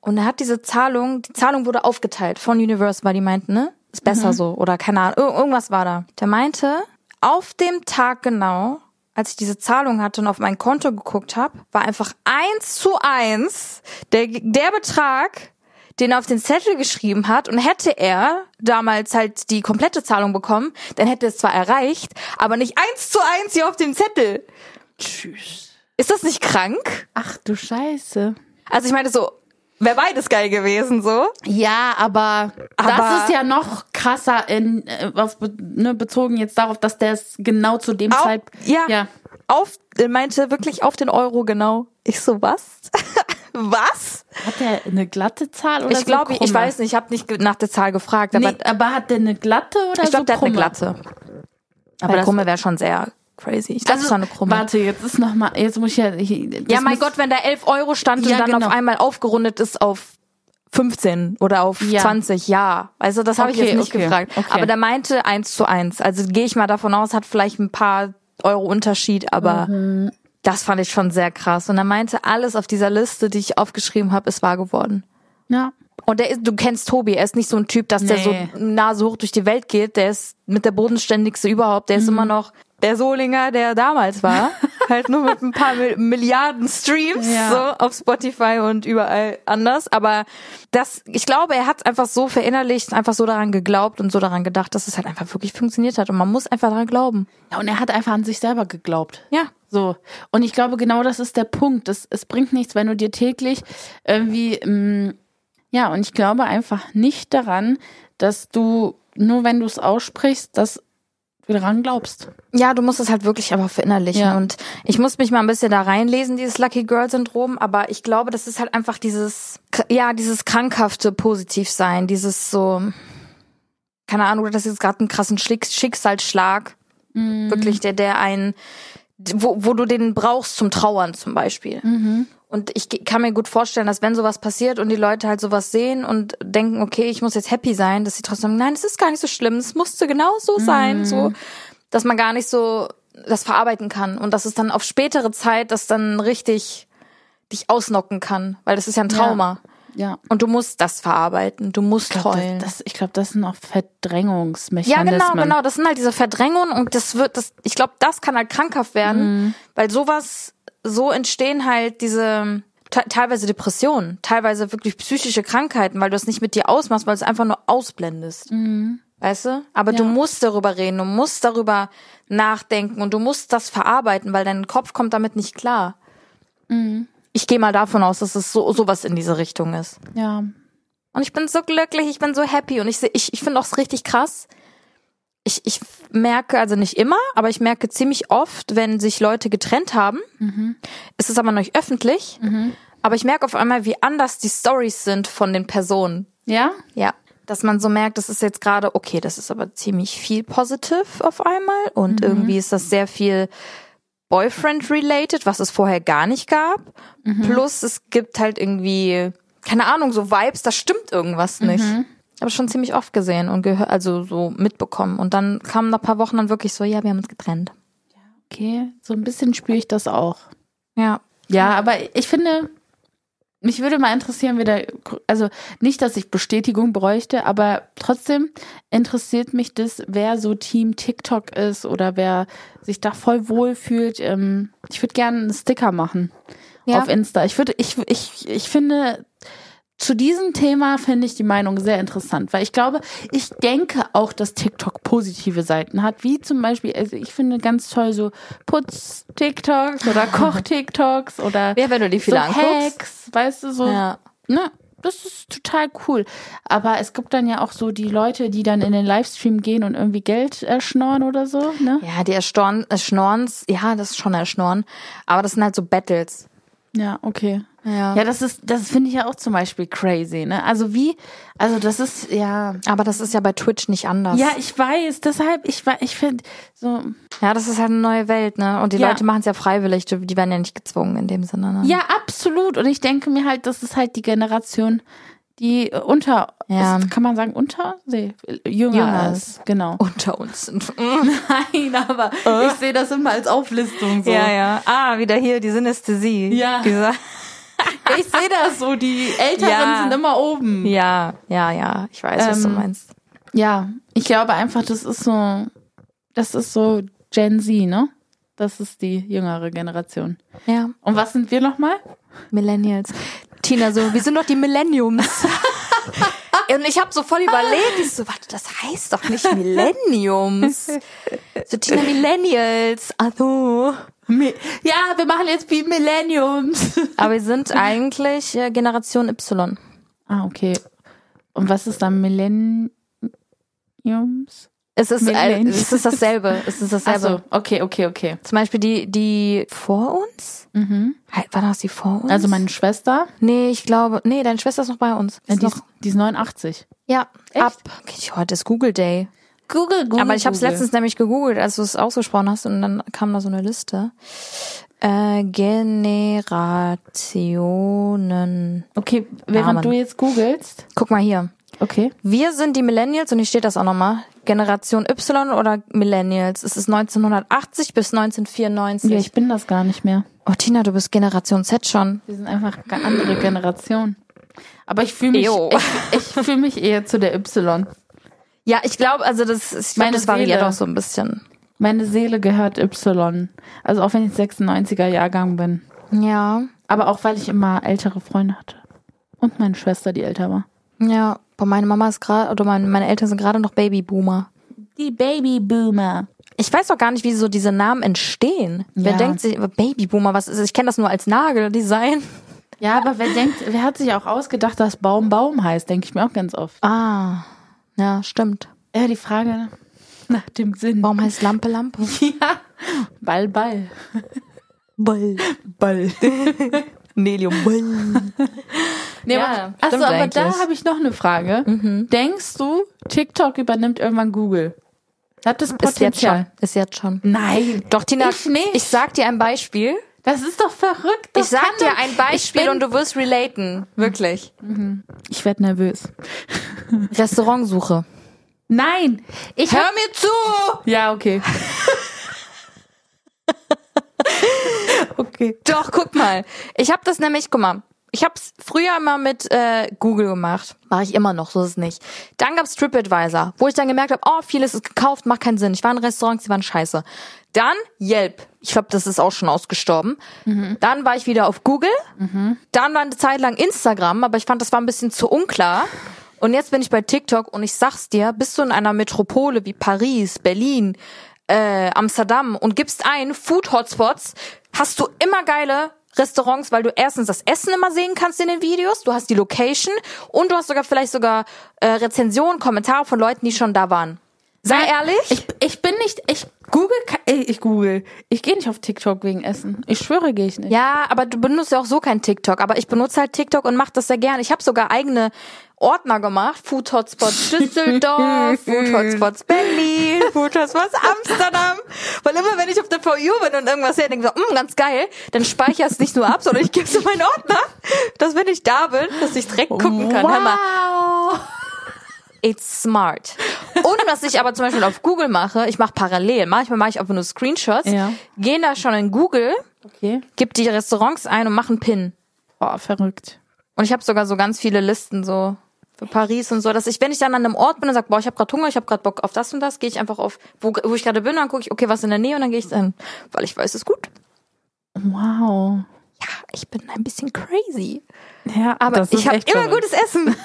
Und er hat diese Zahlung, die Zahlung wurde aufgeteilt von Universe, weil die meinten, ne? Ist besser so oder keine Ahnung, ir- irgendwas war da. Der meinte, auf dem Tag genau, als ich diese Zahlung hatte und auf mein Konto geguckt habe, war einfach eins zu eins der, der Betrag, den er auf den Zettel geschrieben hat und hätte er damals halt die komplette Zahlung bekommen, dann hätte er es zwar erreicht, aber nicht eins zu eins hier auf dem Zettel.
Tschüss.
Ist das nicht krank?
Ach du Scheiße.
Also ich meine so, wäre beides geil gewesen so.
Ja, aber,
Aber-
das ist ja noch krasser in, äh, auf, be- ne, bezogen jetzt darauf, dass der es genau zu dem
Auf,
Zeitpunkt.
ja,
ja.
auf, er meinte wirklich auf den Euro genau. Ich so, was? was?
Hat der eine glatte Zahl oder
Ich
so
glaube, ich
krumme?
weiß nicht, ich habe nicht ge- nach der Zahl gefragt, aber
Nee, aber hat der eine glatte oder
ich glaube,
so
der hat
krumme?
eine glatte. Aber
Weil das-
krumme wäre schon sehr crazy. Ich glaube, es war eine krumme.
Also, Warte, jetzt ist noch mal, jetzt muss ich ja. hier- das
Ja, mein
muss-
Gott, wenn da 11 Euro stand
Ja,
und dann
genau.
auf einmal aufgerundet ist auf 15 oder auf
Ja.
20, ja. Also das habe ich
Okay,
jetzt nicht
okay,
gefragt.
okay.
Aber der meinte eins zu eins. Also gehe ich mal davon aus, hat vielleicht ein paar Euro Unterschied, aber
Mhm.
das fand ich schon sehr krass. Und er meinte, alles auf dieser Liste, die ich aufgeschrieben habe, ist wahr geworden.
Ja.
Und der ist, du kennst Tobi, er ist nicht so ein Typ, dass der so
Nee.
Nase hoch durch die Welt geht. Der ist mit der bodenständigste überhaupt.
Mhm.
Der ist immer noch der Solinger, der damals war. halt nur mit ein paar Mil- Milliarden Streams
Ja.
so auf Spotify und überall anders. Aber das, ich glaube, er hat einfach so verinnerlicht, einfach so daran geglaubt und so daran gedacht, dass es halt einfach wirklich funktioniert hat. Und man muss einfach daran glauben.
Ja, und er hat einfach an sich selber geglaubt.
Ja.
So. Und ich glaube, genau das ist der Punkt. Es, es bringt nichts, wenn du dir täglich irgendwie. Ähm, ja, und ich glaube einfach nicht daran, dass du, nur wenn du es aussprichst, dass du daran glaubst.
Ja, du musst es halt wirklich einfach verinnerlichen.
Ja.
Und ich muss mich mal ein bisschen da reinlesen, dieses Lucky Girl Syndrom. Aber ich glaube, das ist halt einfach dieses, ja, dieses krankhafte Positivsein, dieses so, keine Ahnung, das ist jetzt gerade einen krassen Schlick- Schicksalsschlag. Wirklich, der, der einen, wo, wo du den brauchst zum Trauern zum Beispiel. Und ich ge- kann mir gut vorstellen, dass wenn sowas passiert und die Leute halt sowas sehen und denken, okay, ich muss jetzt happy sein, dass sie trotzdem, sagen, nein, es ist gar nicht so schlimm, es musste genau so
Mhm.
sein, so, dass man gar nicht so das verarbeiten kann und dass es dann auf spätere Zeit das dann richtig dich ausnocken kann, weil das ist ja ein Trauma.
Ja.
Und du musst das verarbeiten, du musst
Ich glaub,
heulen.
Das, das, ich glaube, das sind auch
Ja,
Verdrängungsmechanismen.
genau, genau. Das sind halt diese Verdrängungen und das wird, das, ich glaube, das kann halt krankhaft werden, weil sowas, so entstehen halt diese te- teilweise Depressionen, teilweise wirklich psychische Krankheiten, weil du es nicht mit dir ausmachst, weil du es einfach nur ausblendest. Weißt du? Aber du musst darüber reden, du musst darüber nachdenken und du musst das verarbeiten, weil dein Kopf kommt damit nicht klar. Ich gehe mal davon aus, dass es so sowas in diese Richtung ist.
Ja.
Und ich bin so glücklich, ich bin so happy und ich seh- ich, ich finde auch richtig krass. Ich, ich merke, also nicht immer, aber ich merke ziemlich oft, wenn sich Leute getrennt haben, es ist aber noch nicht öffentlich, aber ich merke auf einmal, wie anders die Stories sind von den Personen.
Ja?
Ja. Dass man so merkt, das ist jetzt gerade, okay, das ist aber ziemlich viel positiv auf einmal und irgendwie ist das sehr viel Boyfriend-related, was es vorher gar nicht gab. Plus es gibt halt irgendwie, keine Ahnung, so Vibes, da stimmt irgendwas nicht. Aber schon ziemlich oft gesehen und gehört, also so mitbekommen. Und dann kamen nach ein paar Wochen dann wirklich so, ja, wir haben uns getrennt.
Okay. So ein bisschen spüre ich das auch.
Ja.
Ja, aber ich finde, Mich würde mal interessieren, wie der, also nicht, dass ich Bestätigung bräuchte, aber trotzdem interessiert mich das, wer so Team TikTok ist oder wer sich da voll wohl fühlt. Ähm, ich würde gerne einen Sticker machen
Ja.
auf Insta. Ich würde, ich, ich, ich finde, zu diesem Thema finde ich die Meinung sehr interessant, weil ich glaube, ich denke auch, dass TikTok positive Seiten hat, wie zum Beispiel, also ich finde ganz toll so Putz-TikToks oder Koch-TikToks oder
Ja, wenn du die
so
viele anguckst.
Hacks, weißt du, so,
Ja.
ne, das ist total cool. Aber es gibt dann ja auch so die Leute, die dann in den Livestream gehen und irgendwie Geld äh, schnorren oder so, ne?
Ja, die erschnorn, erschnorn's, ja, das ist schon erschnorn. Aber das sind halt so Battles.
Ja, okay.
Ja.
Ja, das ist, das finde ich ja auch zum Beispiel crazy, ne? Also wie, also das ist, ja.
Aber das ist ja bei Twitch nicht anders.
Ja, ich weiß, deshalb, ich war, ich finde, so.
ja das ist halt eine neue Welt, ne? Und die
Ja.
Leute machen es ja freiwillig, die die werden ja nicht gezwungen in dem Sinne, ne?
Ja, absolut. Und ich denke mir halt, das ist halt die Generation, die äh, unter,
Ja.
ist, kann man sagen, unter? Nee, jünger,
Jünger
ist. Genau.
Unter uns sind.
Nein, aber ich sehe das immer als Auflistung so.
Ja, ja. Ah, wieder hier die Synästhesie.
Ja.
Dieser,
Ich sehe das so, die Älteren
Ja.
sind immer oben.
ja, ja, ja. Ich weiß, was du
Ähm,
meinst.
Ja, ich glaube einfach, das ist so, das ist so Gen Z, ne? Das ist die jüngere Generation.
Ja.
Und was sind wir nochmal?
Millennials. Tina so, wir sind doch die Millenniums. Und ich habe so voll überlegt, ich so, warte, das heißt doch nicht Millenniums. So, Tina, Millennials. Also.
Ja, wir machen jetzt wie Millenniums.
Aber wir sind eigentlich äh, Generation Y.
Ah, okay. Und was ist dann Millenniums?
Es ist, äh,
Millennials.
es ist dasselbe. Es ist dasselbe.
Also, okay, okay, okay.
Zum Beispiel die, die vor uns?
Mhm.
Halt, War das die vor uns?
Also meine Schwester,
Nee, ich glaube, nee, deine Schwester ist noch bei uns.
äh,
Ist
die
noch,
ist, die ist 89.
ja,
Echt?
ab. Okay, heute ist Google Day.
Google, Google.
Aber ich habe es letztens nämlich gegoogelt, als du es ausgesprochen hast und dann kam da so eine Liste. Äh, Generationen.
Okay, während
Namen.
du jetzt googelst.
Guck mal hier.
Okay.
Wir sind die Millennials und hier steht das auch nochmal. Generation Y oder Millennials. Es ist 1980 bis
Ja,
1994.
ich bin das gar nicht mehr.
Oh, Tina, du bist Generation Z schon.
Wir sind einfach eine andere Generation. Aber ich fühle mich,
Ew.
ich, ich fühle mich eher zu der Y.
Ja, ich glaube, also das, ist- ich glaub,
Meine
das variiert
Seele.
auch so ein bisschen.
Meine Seele gehört Y. Also auch wenn ich 96er Jahrgang bin.
Ja,
Aber auch weil ich immer ältere Freunde hatte. Und meine Schwester, die älter war.
ja. Aber meine Mama ist gerade, oder meine, meine Eltern sind gerade noch Babyboomer.
Die Babyboomer.
Ich weiß auch gar nicht, wie so diese Namen entstehen.
Ja.
Wer denkt sich, Babyboomer, was ist das? Ich kenne das nur als Nageldesign.
Ja, aber wer denkt, wer hat sich auch ausgedacht, dass Baum Baum heißt, denke ich mir auch ganz oft.
Ah, ja, stimmt.
Ja, die Frage nach dem Sinn.
Warum heißt Lampe Lampe?
Ja. Ball, Ball.
Ball.
Ball.
Nelium. Ball.
Nee,
Ja,
aber,
stimmt
achso, aber da
eigentlich. Mhm.
habe ich noch eine Frage. Denkst du, TikTok übernimmt irgendwann Google? Hat das
Ist jetzt schon.
Potenzial?
Ist jetzt schon.
Nein.
Doch, Tina,
Ich nicht.
ich sag dir ein Beispiel.
Das ist doch verrückt. Das
ich sag
kann
dir
doch-
ein Beispiel
Ich, bin-
und du wirst relaten. Wirklich.
ich werde nervös.
Restaurantsuche.
Nein. Ich
Hör mir zu!
Ja, okay.
Okay. Doch, guck mal. Ich habe das nämlich, guck mal. Ich habe es früher immer mit äh, Google gemacht. Mache ich immer noch, so ist es nicht. Dann gab's TripAdvisor, wo ich dann gemerkt habe, oh, vieles ist gekauft, macht keinen Sinn. Ich war in Restaurants, die waren scheiße. Dann Yelp. Ich glaube, das ist auch schon ausgestorben. Dann war ich wieder auf Google. Dann war eine Zeit lang Instagram, aber ich fand, das war ein bisschen zu unklar. Und jetzt bin ich bei TikTok und ich sag's dir, bist du in einer Metropole wie Paris, Berlin, äh, Amsterdam und gibst ein Food Hotspots, hast du immer geile Restaurants, weil du erstens das Essen immer sehen kannst in den Videos, du hast die Location und du hast sogar vielleicht sogar äh, Rezensionen, Kommentare von Leuten, die schon da waren. Sei ehrlich.
Ich, ich bin nicht. Ich google. ke- ey, Ich google. Ich gehe nicht auf TikTok wegen Essen. Ich schwöre, gehe ich nicht.
Ja, aber du benutzt ja auch so kein TikTok. Aber ich benutze halt TikTok und mach das sehr gerne. Ich habe sogar eigene Ordner gemacht. Food Hotspots Düsseldorf, Food Hotspots Berlin, Food Hotspots Amsterdam. Weil immer, wenn ich auf der For You bin und irgendwas sehe, denke ich so, "Mm, ganz geil, dann speichere es nicht nur ab, sondern ich gebe es in meinen Ordner, dass wenn ich da bin, dass ich direkt gucken kann. Hör mal,
Wow.
It's smart. Und was ich aber zum Beispiel auf Google mache, ich mache parallel. Manchmal mache ich einfach nur Screenshots,
Ja.
gehen da schon in Google,
Okay.
gib die Restaurants ein und mach einen Pin.
Boah, verrückt.
Und ich habe sogar so ganz viele Listen so für Paris und so, dass ich, wenn ich dann an einem Ort bin und sag, boah, ich habe gerade Hunger, ich habe gerade Bock auf das und das, gehe ich einfach auf, wo, wo ich gerade bin, und dann gucke ich, okay, was in der Nähe und dann gehe ich dann, weil ich weiß, es ist gut.
Wow.
Ja, ich bin ein bisschen crazy.
Ja,
Aber
das
ich
ist
habe
echt
immer
verrückt.
gutes Essen.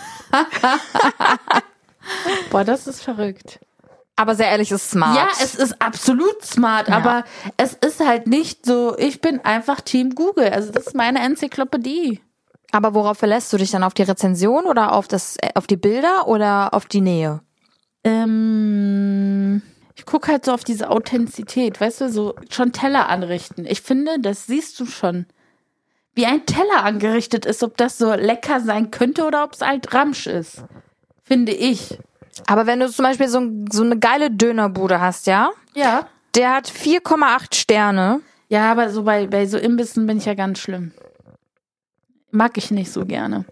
Boah, das ist verrückt.
Aber sehr ehrlich, es ist smart.
Ja, es ist absolut smart, aber es ist halt nicht so, ich bin einfach Team Google. Also das ist meine Enzyklopädie.
Aber worauf verlässt du dich dann? Auf die Rezension oder auf das, äh, auf die Bilder oder auf die Nähe?
Ähm, ich gucke halt so auf diese Authentizität, weißt du, so schon Teller anrichten. Ich finde, das siehst du schon, wie ein Teller angerichtet ist, ob das so lecker sein könnte oder ob es halt Ramsch ist. Finde ich.
Aber wenn du zum Beispiel so, ein- so eine geile Dönerbude hast, ja?
Ja.
Der hat 4,8 Sterne.
Ja, aber so bei, bei so Imbissen bin ich ja ganz schlimm. Mag ich nicht so gerne.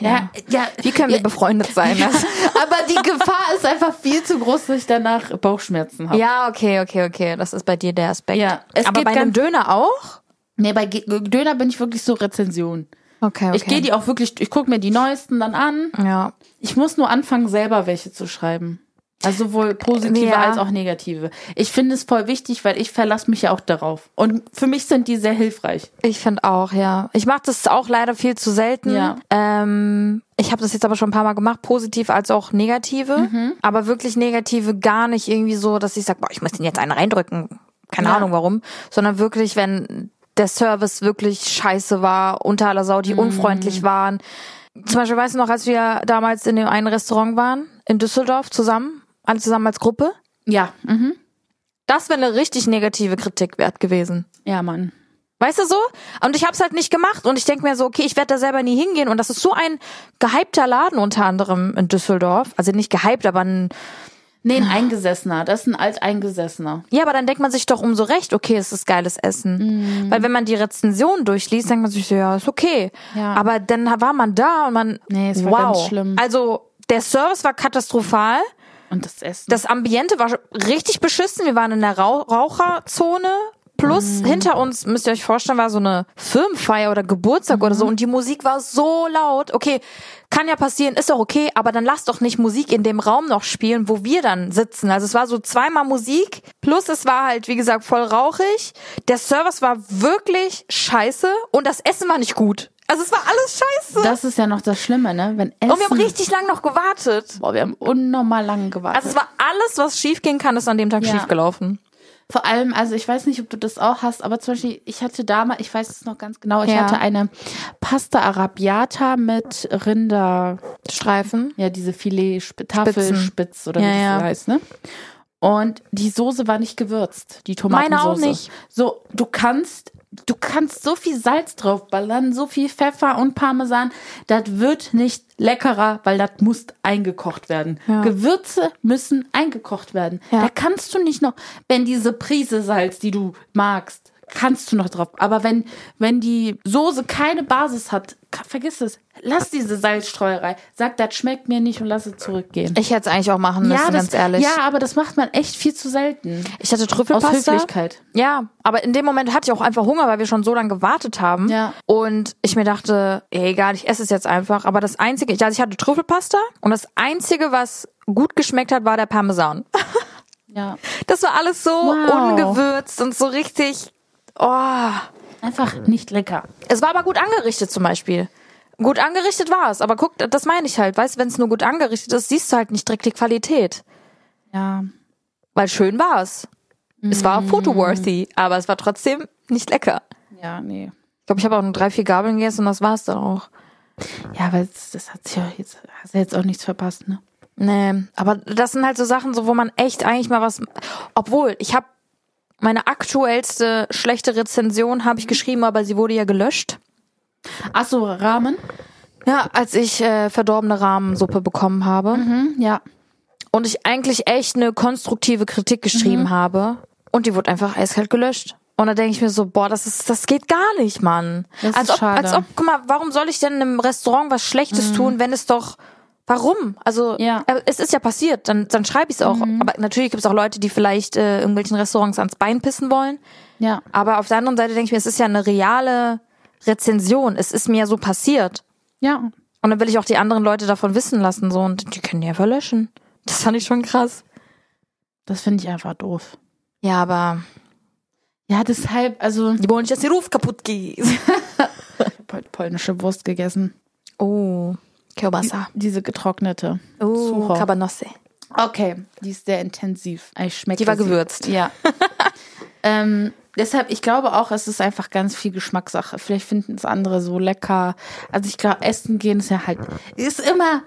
Ja, ja,
Wie können wir befreundet sein? Das?
aber die Gefahr ist einfach viel zu groß, dass ich danach Bauchschmerzen habe.
ja, okay, okay, okay. Das ist bei dir der Aspekt.
Ja, es
Aber
gibt
bei einem
ganz-
Döner auch?
Nee, bei Ge- Döner bin ich wirklich so Rezension.
Okay, okay.
Ich gehe die auch wirklich, ich gucke mir die neuesten dann an.
Ja.
Ich muss nur anfangen, selber welche zu schreiben. Also sowohl positive
Ja.
als auch negative. Ich finde es voll wichtig, weil ich verlasse mich ja auch darauf. Und für mich sind die sehr hilfreich.
Ich finde auch, ja. Ich mache das auch leider viel zu selten.
Ja.
Ähm, ich habe das jetzt aber schon ein paar Mal gemacht, positiv als auch negative.
Mhm.
Aber wirklich negative gar nicht irgendwie so, dass ich sage, boah, ich muss den jetzt einen reindrücken. Keine
Ja.
Ahnung warum. Sondern wirklich, wenn der Service wirklich scheiße war, unter aller Sau,
Mhm.
die unfreundlich waren. Zum Beispiel, weißt du noch, als wir damals in dem einen Restaurant waren, in Düsseldorf zusammen, alle zusammen als Gruppe.
Ja, mhm.
Das wäre eine richtig negative Kritik wert gewesen.
ja, Mann.
Weißt du so? Und ich hab's halt nicht gemacht und ich denk mir so, okay, ich werde da selber nie hingehen und das ist so ein gehypter Laden unter anderem in Düsseldorf, also nicht gehypt, aber ein,
Nee, ein Eingesessener. Das ist ein Alteingesessener.
ja, aber dann denkt man sich doch umso recht, okay, es ist geiles Essen.
Mhm.
Weil wenn man die Rezension durchliest, denkt man sich so, ja, ist okay.
Ja.
Aber dann war man da und man
Nee, es war
wow.
ganz schlimm.
Also der Service war katastrophal.
Und das Essen.
Das Ambiente war richtig beschissen. Wir waren in der Rau Raucherzone.
Mhm.
Plus hinter uns, müsst ihr euch vorstellen, war so eine Firmenfeier oder Geburtstag oder so
Mhm.
und die Musik war so laut. Okay, kann ja passieren, ist doch okay, aber dann lass doch nicht Musik in dem Raum noch spielen, wo wir dann sitzen. Also es war so zweimal Musik, plus es war halt, wie gesagt, voll rauchig. Der Service war wirklich scheiße und das Essen war nicht gut. Also es war alles scheiße.
Das ist ja noch das Schlimme, ne? Wenn Essen,
und wir haben richtig lang noch gewartet.
boah, wir haben unnormal lang gewartet.
Also es war alles, was schief gehen kann, ist an dem Tag
Ja.
schief gelaufen.
Vor allem, also ich weiß nicht, ob du das auch hast, aber zum Beispiel, ich hatte damals, ich weiß es noch ganz genau, ich
Ja.
hatte eine Pasta Arabiata mit Rinder,
Streifen.
ja, diese Filet, Tafelspitz oder
Mhm. Ja,
wie das
ja.
heißt, ne? Und die Soße war nicht gewürzt, die Tomatensoße.
Meine auch nicht.
So, du kannst, du kannst so viel Salz draufballern, so viel Pfeffer und Parmesan, das wird nicht leckerer, weil das muss eingekocht werden.
Ja.
Gewürze müssen eingekocht werden.
Ja.
Da kannst du nicht noch, wenn diese Prise Salz, die du magst, kannst du noch drauf. Aber wenn, wenn die Soße keine Basis hat, ka- vergiss es. Lass diese Salzstreuerei. Sag, das schmeckt mir nicht und lass es zurückgehen.
Ich hätte es eigentlich auch machen müssen, ganz ehrlich.
ja, aber das macht man echt viel zu selten.
Ich hatte
Aus
Trüffelpasta.
Höflichkeit.
Ja, aber in dem Moment hatte ich auch einfach Hunger, weil wir schon so lange gewartet haben.
Ja.
Und ich mir dachte, ey, egal, ich esse es jetzt einfach. Aber das Einzige, also ich hatte Trüffelpasta und das Einzige, was gut geschmeckt hat, war der Parmesan.
Ja.
Das war alles so
Wow.
ungewürzt und so richtig, oh.
Einfach nicht lecker.
Es war aber gut angerichtet zum Beispiel. Gut angerichtet war es, aber guck, das meine ich halt. Weißt, wenn es nur gut angerichtet ist, siehst du halt nicht direkt die Qualität.
Ja.
Weil schön war es. Es war fotoworthy, aber es war trotzdem nicht lecker.
Ja, nee.
Ich glaube, ich habe auch nur drei, vier Gabeln gegessen und das war's dann auch.
Ja, aber das, das hat sich ja jetzt, hast ja jetzt auch nichts verpasst, ne?
Nee, aber das sind halt so Sachen, so wo man echt eigentlich mal was. Obwohl, ich habe meine aktuellste schlechte Rezension habe ich geschrieben, aber sie wurde ja gelöscht.
Ach so, Rahmen?
Ja, als ich äh, verdorbene Rahmensuppe bekommen habe.
Hm, Ja.
und ich eigentlich echt eine konstruktive Kritik geschrieben
Mhm.
habe und die wurde einfach eiskalt gelöscht. Und da denke ich mir so, boah, das ist, das geht gar nicht, Mann.
Das
als
ist
ob,
schade. Mhm.
als ob, guck mal, warum soll ich denn einem Restaurant was Schlechtes tun, wenn es doch, warum? Also,
Ja. Mhm.
äh, es ist ja passiert, dann, dann schreibe ich es auch. Aber natürlich gibt es auch Leute, die vielleicht äh, irgendwelchen Restaurants ans Bein pissen wollen.
Ja.
Aber auf der anderen Seite denke ich mir, es ist ja eine reale Rezension. Es ist mir so passiert.
Ja.
Und dann will ich auch die anderen Leute davon wissen lassen, so, und die können die ja verlöschen. Das fand ich schon krass.
Das finde ich einfach doof.
Ja, aber
Ja, deshalb, also,
die wollen nicht, dass der Ruf kaputt geht.
ich habe heute polnische Wurst gegessen.
Oh, Kielbasa.
Diese getrocknete.
Oh,
Sucher.
Kabanosse.
Okay, die ist sehr intensiv. Ich schmecke
Die war
sie.
gewürzt.
Ja. ähm, deshalb, ich glaube auch, es ist einfach ganz viel Geschmackssache. Vielleicht finden es andere so lecker. Also ich glaube, essen gehen ist ja halt, ist immer,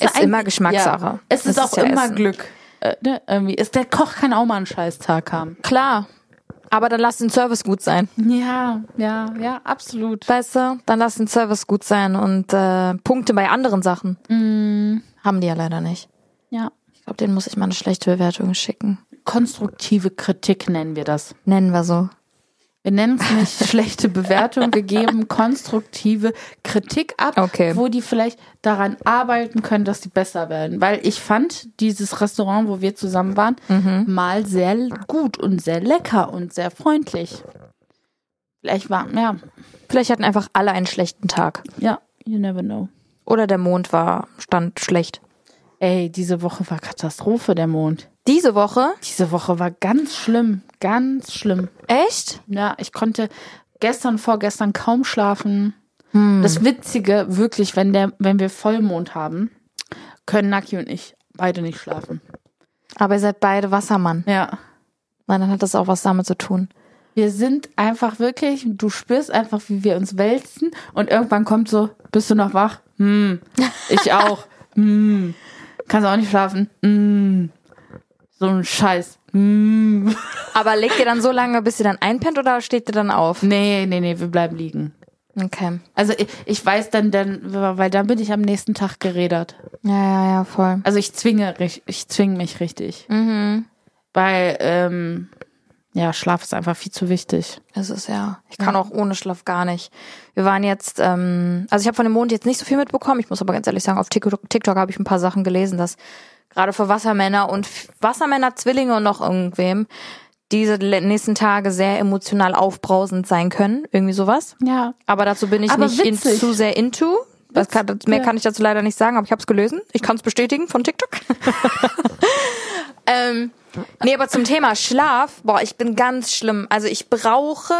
Ist immer Geschmackssache.
Ja, es ist
Das
auch
ja
immer
Essen.
Glück. Äh, ne, irgendwie. Ist, der Koch kann auch mal einen Scheißtag haben.
Klar. Aber dann lass den Service gut sein.
Ja, ja, ja, absolut.
Weißt du, dann lass den Service gut sein und äh, Punkte bei anderen Sachen. Haben die ja leider nicht.
Ja.
Ich glaube, denen muss ich mal eine schlechte Bewertung schicken.
Konstruktive Kritik nennen wir das.
Nennen wir so.
Wir nennen es nicht schlechte Bewertung, wir geben konstruktive Kritik ab,
Okay.
wo die vielleicht daran arbeiten können, dass sie besser werden. Weil ich fand dieses Restaurant, wo wir zusammen waren, mal sehr gut und sehr lecker und sehr freundlich. Vielleicht war, ja,
Vielleicht hatten einfach alle einen schlechten Tag.
ja, you never know.
Oder der Mond war, stand schlecht.
Ey, diese Woche war Katastrophe, der Mond.
Diese Woche?
Diese Woche war ganz schlimm, ganz schlimm.
Echt?
Ja, ich konnte gestern, vorgestern kaum schlafen. Das Witzige, wirklich, wenn, der, wenn wir Vollmond haben, können Naki und ich beide nicht schlafen.
Aber ihr seid beide Wassermann.
Ja.
Nein, dann hat das auch was damit zu tun.
Wir sind einfach wirklich, du spürst einfach, wie wir uns wälzen und irgendwann kommt so, bist du noch wach? Hm, ich auch. Hm. Kannst auch nicht schlafen? Hm. So ein Scheiß. Hm.
Aber legt ihr dann so lange, bis ihr dann einpennt oder steht ihr dann auf?
Nee, nee, nee, wir bleiben liegen.
Okay.
Also ich, ich weiß dann, dann, weil dann bin ich am nächsten Tag gerädert.
Ja, ja, ja, voll.
Also ich zwinge, rich- ich zwinge mich richtig. Mhm. Weil, ähm, ja, Schlaf ist einfach viel zu wichtig.
Das ist ja. Ich kann auch ohne Schlaf gar nicht. Wir waren jetzt, ähm, also ich habe von dem Mond jetzt nicht so viel mitbekommen. Ich muss aber ganz ehrlich sagen, auf TikTok, TikTok habe ich ein paar Sachen gelesen, dass gerade für Wassermänner und F- Wassermänner, Zwillinge und noch irgendwem diese le- nächsten Tage sehr emotional aufbrausend sein können. Irgendwie sowas.
Ja.
Aber dazu bin ich
Aber
nicht in,
witzig.
zu sehr into. Das kann, das- mehr
ja.
kann ich dazu leider nicht sagen, aber ich habe es gelesen. Ich kann es bestätigen von TikTok. ähm, nee, aber zum Thema Schlaf, boah, ich bin ganz schlimm. Also ich brauche,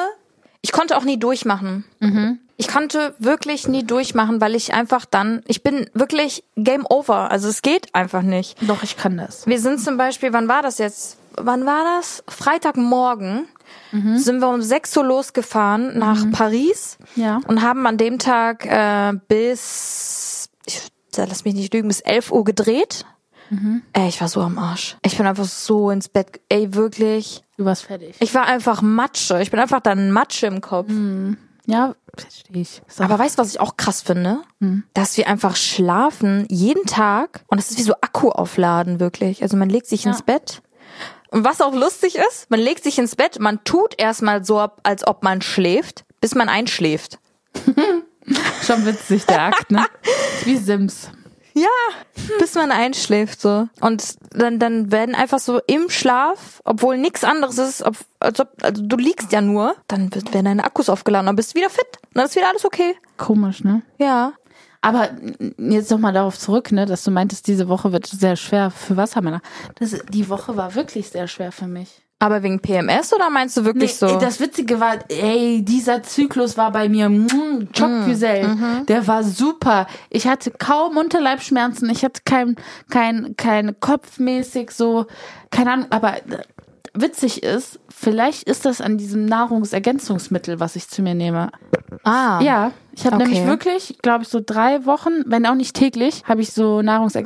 ich konnte auch nie durchmachen.
Mhm.
Ich konnte wirklich nie durchmachen, weil ich einfach dann, ich bin wirklich Game Over. Also es geht einfach nicht.
Doch, ich kann das.
Wir sind zum Beispiel, wann war das jetzt? Wann war das? Freitagmorgen
Mhm.
sind wir um 6 Uhr losgefahren nach Paris
Ja.
und haben an dem Tag äh, bis, ich, da lass mich nicht lügen, bis 11 Uhr gedreht. Ey, ich war so am Arsch. Ich bin einfach so ins Bett, ge- ey, wirklich.
Du warst fertig.
Ich war einfach Matsche. Ich bin einfach dann Matsche im Kopf.
Ja, verstehe ich. Ist auch-
Aber weißt du, was ich auch krass finde? Dass wir einfach schlafen jeden Tag und das ist wie so Akku aufladen, wirklich. Also man legt sich ins Bett. Und was auch lustig ist, man legt sich ins Bett, man tut erstmal so, ab- als ob man schläft, bis man einschläft.
schon witzig, der Akt, ne? Ist Wie Sims.
Ja, bis man einschläft so. Und dann, dann werden einfach so im Schlaf, obwohl nichts anderes ist, ob, als ob, also du liegst ja nur, dann wird- werden deine Akkus aufgeladen, dann bist du wieder fit. Und dann ist wieder alles okay.
Komisch, ne?
Ja.
Aber n- jetzt nochmal darauf zurück, ne, dass du meintest, diese Woche wird sehr schwer für Wassermänner. Das, die Woche war wirklich sehr schwer für mich.
Aber wegen PMS oder meinst du wirklich
Nee,
so?
Das Witzige war, ey, dieser Zyklus war bei mir mm, Jobgesell.
mhm.
Der war super. Ich hatte kaum Unterleibschmerzen. Ich hatte kein, kein, kein kopfmäßig so, keine Ahnung, aber äh, witzig ist, vielleicht ist das an diesem Nahrungsergänzungsmittel, was ich zu mir nehme.
ah.
Ja, ich habe
Okay.
nämlich wirklich, glaube ich, so drei Wochen, wenn auch nicht täglich, habe ich so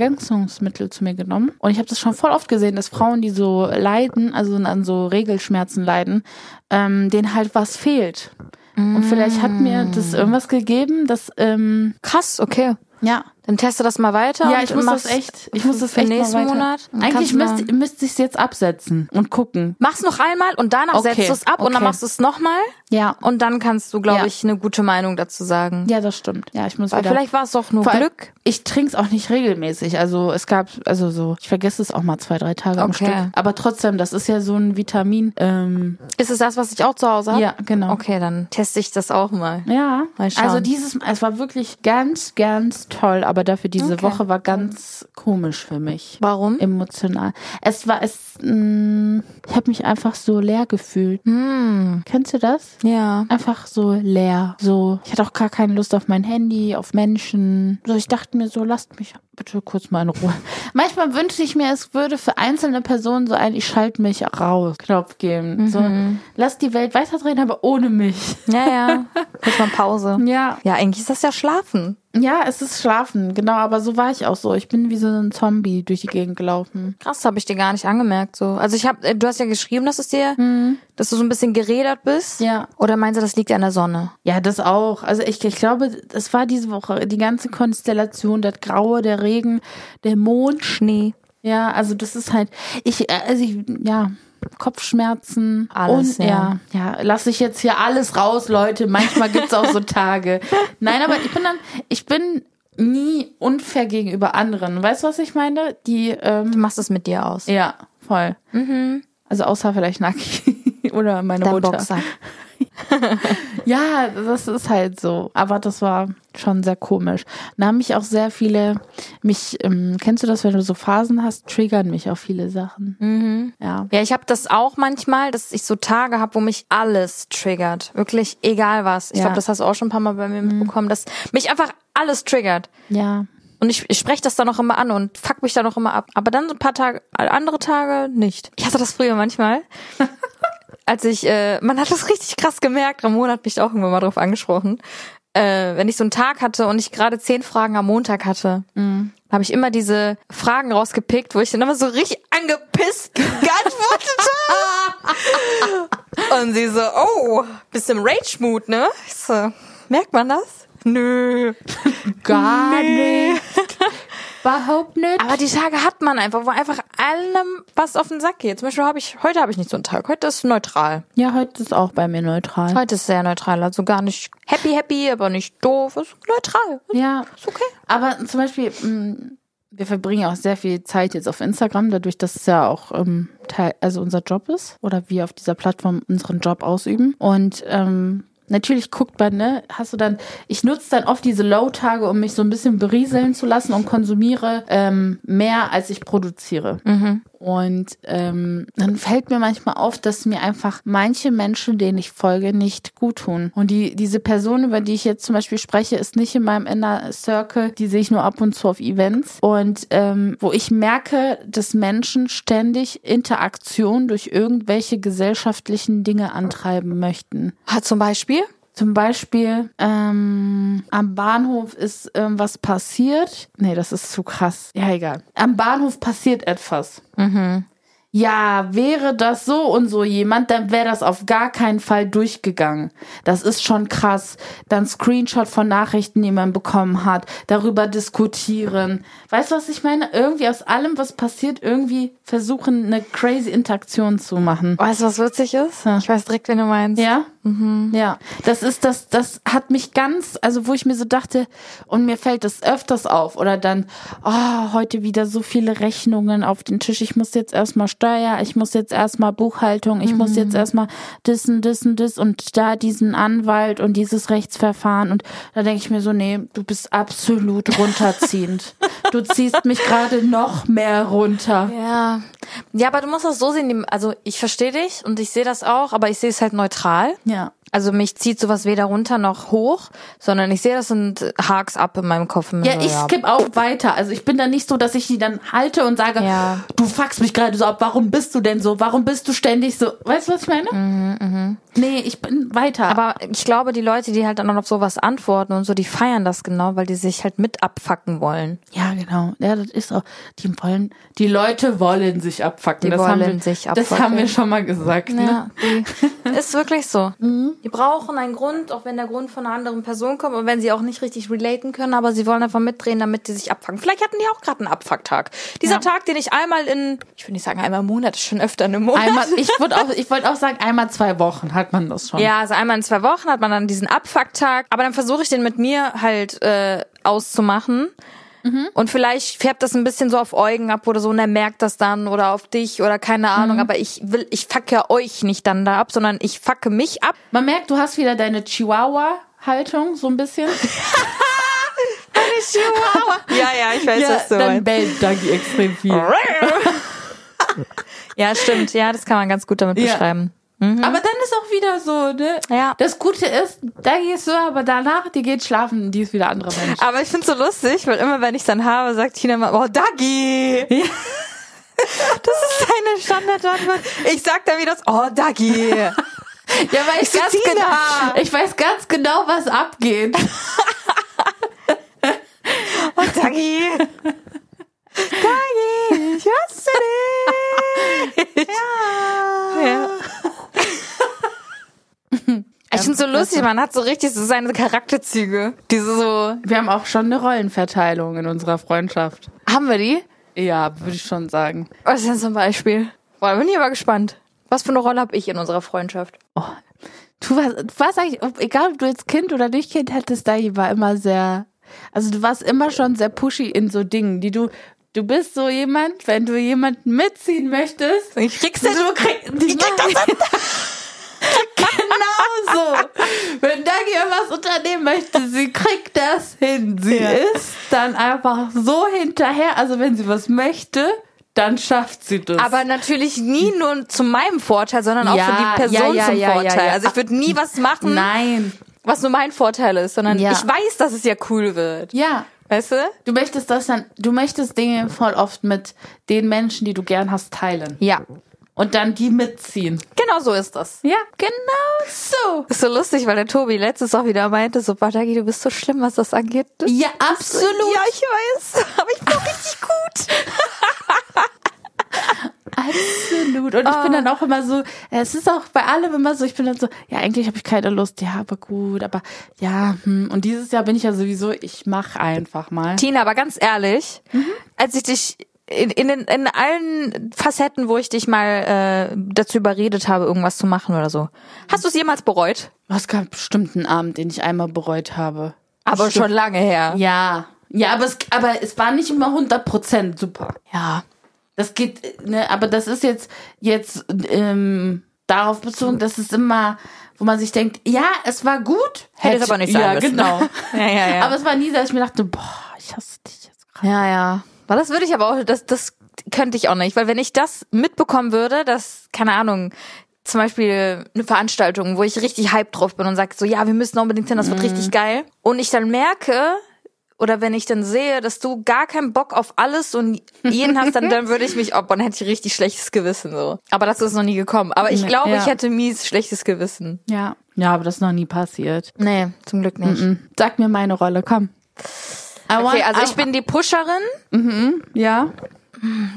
Nahrungsergänzungsmittel zu mir genommen. Und ich habe das schon voll oft gesehen, dass Frauen, die so leiden, also an so Regelschmerzen leiden, ähm, denen halt was fehlt. Und vielleicht hat mir
Mm.
das irgendwas gegeben, dass, ähm,
Krass, okay.
ja.
Dann teste das mal weiter.
Ja,
und
ich muss das
mach's-
echt, ich muss das
für
echt mal
nächsten
weiter.
Monat. Dann kannst
Eigentlich
du mal-
müsste, müsste ich es jetzt absetzen und gucken.
Mach's noch einmal und danach
Okay,
setzt du es ab und dann
okay.
machst du es nochmal.
Ja.
Und dann kannst du, glaube
Ja.
ich, eine gute Meinung dazu sagen.
Ja, das stimmt. Ja, ich muss
Weil
wieder.
vielleicht war es doch nur
Vor allem,
Glück.
Ich trinke es auch nicht regelmäßig. Also es gab, also so, ich vergesse es auch mal zwei, drei Tage am
Okay.
Stück. Aber trotzdem, das ist ja so ein Vitamin. Ähm,
Ist es das, was ich auch zu Hause habe?
Ja, genau.
Okay, dann teste ich das auch mal.
ja,
Mal schauen.
also dieses, es war wirklich ganz, ganz toll, aber dafür diese
Okay.
Woche war ganz komisch für mich.
Warum?
Emotional. Es war, es, mh, ich habe mich einfach so leer gefühlt.
Hm.
Kennst du das?
Ja.
Einfach so leer. So, ich hatte auch gar keine Lust auf mein Handy, auf Menschen. So, ich dachte mir so, lasst mich bitte kurz mal in Ruhe. Manchmal wünschte ich mir, es würde für einzelne Personen so ein Ich schalte mich raus Knopf geben. So, lass die Welt weiterdrehen, aber ohne mich.
Ja, ja. Kurz mal Pause.
Ja.
Ja, eigentlich ist das ja Schlafen.
Ja, es ist Schlafen, genau, aber so war ich auch so. Ich bin wie so ein Zombie durch die Gegend gelaufen.
Krass, habe ich dir gar nicht angemerkt. So, also ich habe, du hast ja geschrieben, dass es dir, dass du so ein bisschen gerädert bist.
Ja.
Oder meinst du, das liegt an der Sonne?
Ja, das auch. Also ich, ich glaube, es war diese Woche die ganze Konstellation, das Graue, der Regen, der Mond,
Schnee.
Ja, also das ist halt, ich, äh, also ich, ja, Kopfschmerzen.
Alles,
und,
ja.
Ja, ja lasse ich jetzt hier alles raus, Leute. Manchmal gibt's auch so Tage. Nein, aber ich bin dann, ich bin nie unfair gegenüber anderen. Weißt du, was ich meine? Die,
Du
ähm,
machst es mit dir aus.
ja, voll. Also außer vielleicht Naki oder meine
Mhm. Dein
Mutter.
Boxsack.
Ja, das ist halt so. Aber das war schon sehr komisch. Da haben mich auch sehr viele, mich, ähm, kennst du das, wenn du so Phasen hast, triggern mich auch viele Sachen. Ja.
Ja, ich habe das auch manchmal, dass ich so Tage habe, wo mich alles triggert. Wirklich egal was. Ich
Ja.
glaube, das hast du auch schon ein paar Mal bei mir mitbekommen, dass mich einfach alles triggert.
Ja.
Und ich, ich spreche das dann auch immer an und fuck mich dann auch immer ab. Aber dann so ein paar Tage, äh, andere Tage nicht. Ich hatte das früher manchmal. als ich, äh, man hat das richtig krass gemerkt. Ramon hat mich auch irgendwann mal drauf angesprochen. Äh, wenn ich so einen Tag hatte und ich gerade zehn Fragen am Montag hatte, habe ich immer diese Fragen rausgepickt, wo ich dann immer so richtig angepisst geantwortet habe. und sie so, oh, bist im Rage-Mood, ne? Ich so, merkt man das? Nö.
Gar nicht. Überhaupt nicht.
Aber die Tage hat man einfach, wo einfach allem was auf den Sack geht. Zum Beispiel habe ich, heute habe ich nicht so einen Tag. Heute ist neutral.
ja, heute ist auch bei mir neutral.
Heute ist sehr neutral. Also gar nicht happy, happy, aber nicht doof. Ist neutral.
Ja.
Ist okay.
Aber zum Beispiel, mh, wir verbringen auch sehr viel Zeit jetzt auf Instagram, dadurch, dass es ja auch ähm, Teil, also unser Job ist oder wir auf dieser Plattform unseren Job ausüben. Und ähm, natürlich guckt man, ne, hast du dann, ich nutze dann oft diese Low-Tage, um mich so ein bisschen berieseln zu lassen und konsumiere ähm, mehr, als ich produziere. Und ähm, dann fällt mir manchmal auf, dass mir einfach manche Menschen, denen ich folge, nicht gut tun. Und die, diese Person, über die ich jetzt zum Beispiel spreche, ist nicht in meinem Inner Circle. Die sehe ich nur ab und zu auf Events. Und ähm, wo ich merke, dass Menschen ständig Interaktion durch irgendwelche gesellschaftlichen Dinge antreiben möchten.
Ah, Zum Beispiel?
Zum Beispiel ähm, am Bahnhof ist irgendwas passiert. Nee, das ist zu krass. Ja, egal. Am Bahnhof passiert etwas. Ja, wäre das so und so jemand, dann wäre das auf gar keinen Fall durchgegangen. Das ist schon krass. Dann Screenshot von Nachrichten, die man bekommen hat, darüber diskutieren. Weißt du, was ich meine? Irgendwie aus allem, was passiert, irgendwie versuchen, eine crazy Interaktion zu machen.
Weißt du, was witzig ist? Ich weiß direkt, wen du meinst.
Ja. Ja. Das ist das, das hat mich ganz, also wo ich mir so dachte, und mir fällt das öfters auf. Oder dann, oh, heute wieder so viele Rechnungen auf den Tisch. Ich muss jetzt erstmal Steuer, ich muss jetzt erstmal Buchhaltung, ich muss jetzt erstmal dissen, dissen, diss und da diesen Anwalt und dieses Rechtsverfahren. Und da denke ich mir so, nee, du bist absolut runterziehend. du ziehst mich gerade noch mehr runter.
Ja. Ja, aber du musst das so sehen. die- Also ich verstehe dich und ich sehe das auch, aber ich sehe es halt neutral.
Ja.
Also mich zieht sowas weder runter noch hoch, sondern ich sehe das und hak's ab in meinem Kopf. Und
Ja,
so,
ich skipp auch weiter. Also ich bin da nicht so, dass ich die dann halte und sage,
Ja.
du fuckst mich gerade so ab, warum bist du denn so? Warum bist du ständig so? Weißt du, was ich meine? Nee, ich bin weiter.
Mhm, Aber ich glaube, die Leute, die halt dann noch auf sowas antworten und so, die feiern das genau, weil die sich halt mit abfacken wollen.
ja, genau. Ja, das ist auch. Die wollen, die Leute wollen sich abfacken.
Die
das haben
wollen
wir,
sich
Das haben
abfackeln.
wir schon mal gesagt. Ne?
die Ist wirklich so. Die brauchen einen Grund, auch wenn der Grund von einer anderen Person kommt und wenn sie auch nicht richtig relaten können, aber sie wollen einfach mitdrehen, damit die sich abfangen. Vielleicht hatten die auch gerade einen Abfucktag. Dieser Tag, den ich einmal in, ich will nicht sagen einmal im Monat, schon öfter in einem Monat.
Einmal, ich wollte auch, ich wollte auch sagen, einmal zwei Wochen hat man das schon.
Ja, also einmal in zwei Wochen hat man dann diesen Abfucktag, aber dann versuche ich den mit mir halt äh, auszumachen. Und vielleicht färbt das ein bisschen so auf Eugen ab oder so und er merkt das dann oder auf dich oder keine Ahnung, aber ich will, ich fucke euch nicht dann da ab, sondern ich fucke mich ab.
Man merkt, du hast wieder deine Chihuahua-Haltung so ein bisschen.
Ja, ja, ich weiß,
dann bellt Dagi extrem viel.
Ja, stimmt. Ja, das kann man ganz gut damit
Ja.
beschreiben.
Aber dann ist auch wieder so, ne?
Ja.
Das Gute ist, Dagi ist so, aber danach, die geht schlafen, die ist wieder andere Mensch.
Aber ich find's so lustig, weil immer wenn ich dann habe, sagt Tina mal, oh Dagi. Das ist deine Standardantwort. Ich sag dann wie das, oh Dagi.
Ja, weil ich,
so, Tina!
genau, ich weiß ganz genau, was abgeht.
Oh Dagi. Dagi, ich hasse dich. Ja. Ich find's so lustig, man hat so richtig so seine Charakterzüge. Diese so,
Wir haben auch schon eine Rollenverteilung in unserer Freundschaft.
haben wir die?
Ja, würde ich schon sagen.
Was Oh, ist denn zum Beispiel? Boah, bin ich aber gespannt. Was für eine Rolle habe ich in unserer Freundschaft?
Du warst, du warst eigentlich, ob- egal ob du jetzt Kind oder nicht Kind hattest, Dagi war immer sehr, also du warst immer schon sehr pushy in so Dingen, die du, du bist so jemand, wenn du jemanden mitziehen möchtest,
Ich krieg's
du kriegst, ich krieg das hin. genau so. Wenn Dagi irgendwas unternehmen möchte, sie kriegt das hin. Sie ist dann einfach so hinterher, also wenn sie was möchte, dann schafft sie das.
Aber natürlich nie nur zu meinem Vorteil, sondern auch
Ja,
für die Person
ja, ja,
zum
ja, ja,
Vorteil.
ja.
Also ich würde nie was machen,
nein.
was nur mein Vorteil ist, sondern
Ja.
ich weiß, dass es ja cool wird.
Ja,
Weißt du?
Du möchtest das dann, du möchtest Dinge voll oft mit den Menschen, die du gern hast, teilen.
Ja.
Und dann die mitziehen.
Genau so ist das.
Ja, genau so.
Ist so lustig, weil der Tobi letztes auch wieder meinte, so, Badagi, du bist so schlimm, was das angeht.
Ja, absolut.
Ja, ich weiß. Aber ich bin auch richtig gut.
Absolut. Und ich bin dann auch immer so, es ist auch bei allem immer so, ich bin dann so, ja, eigentlich habe ich keine Lust, ja, aber gut, aber ja, hm. und dieses Jahr bin ich ja sowieso, ich mach einfach mal.
Tina, aber ganz ehrlich, als ich dich in, in, den- in allen Facetten, wo ich dich mal äh, dazu überredet habe, irgendwas zu machen oder so, hast du es jemals bereut?
Es gab bestimmt einen Abend, den ich einmal bereut habe.
Aber schon lange her.
Ja. Ja, aber es, aber es war nicht immer 100% super.
Ja.
Das geht, äh, ne, aber das ist jetzt, jetzt ähm, darauf bezogen, dass es immer, wo man sich denkt, ja, es war gut.
Hätte es aber nicht sein
ja,
müssen.
Genau.
Ja, ja, ja.
Aber es war nie, dass ich mir dachte, boah, ich hasse dich jetzt gerade.
ja, ja. Weil das würde ich aber auch, das, das könnte ich auch nicht, weil wenn ich das mitbekommen würde, dass, keine Ahnung, zum Beispiel eine Veranstaltung, wo ich richtig hype drauf bin und sage so, ja, wir müssen unbedingt hin, das wird richtig geil. Und ich dann merke, oder wenn ich dann sehe, dass du gar keinen Bock auf alles und jeden hast, dann, dann würde ich mich, oh, dann hätte ich richtig schlechtes Gewissen, so. Aber das ist noch nie gekommen. Aber ich
Nee,
glaube,
ja.
ich hätte mies schlechtes Gewissen.
Ja. Ja, aber das ist noch nie passiert.
Nee, zum Glück nicht.
Mhm. Sag mir meine Rolle, komm. I
Okay,
want-
also
I-
ich bin die Pusherin.
Ja.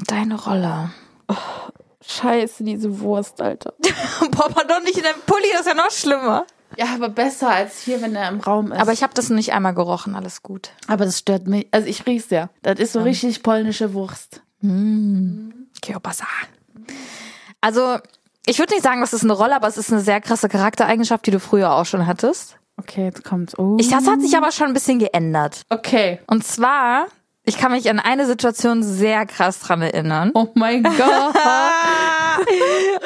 Deine Rolle.
Scheiße, diese Wurst, Alter.
Boah, man doch nicht in deinem Pulli, das ist ja noch schlimmer.
Ja, aber besser als hier, wenn er im Raum ist.
Aber ich habe das nicht einmal gerochen, alles gut.
aber das stört mich. Also ich riech's ja. Das ist so richtig polnische Wurst.
Kielbasa. Also, ich würde nicht sagen, das ist eine Rolle, aber es ist eine sehr krasse Charaktereigenschaft, die du früher auch schon hattest.
Okay, jetzt kommt's. Oh.
Ich, das hat sich aber schon ein bisschen geändert.
okay.
Und zwar, ich kann mich an eine Situation sehr krass dran erinnern.
Oh mein Gott.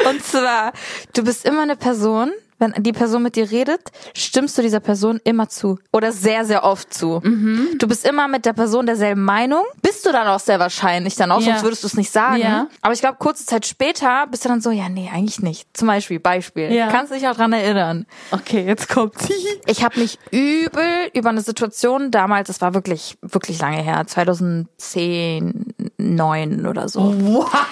Und zwar, du bist immer eine Person, wenn die Person mit dir redet, stimmst du dieser Person immer zu. Oder sehr, sehr oft zu.
Mhm.
Du bist immer mit der Person derselben Meinung. Bist du dann auch sehr wahrscheinlich dann auch,
Ja.
sonst würdest du es nicht sagen.
Ja.
Aber ich glaube, kurze Zeit später bist du dann so, ja, nee, eigentlich nicht. Zum Beispiel, Beispiel.
Ja.
Kannst dich auch dran erinnern.
Okay, jetzt kommt's.
Ich habe mich übel über eine Situation damals, das war wirklich, wirklich lange her, 2010, 9 oder so.
Wow.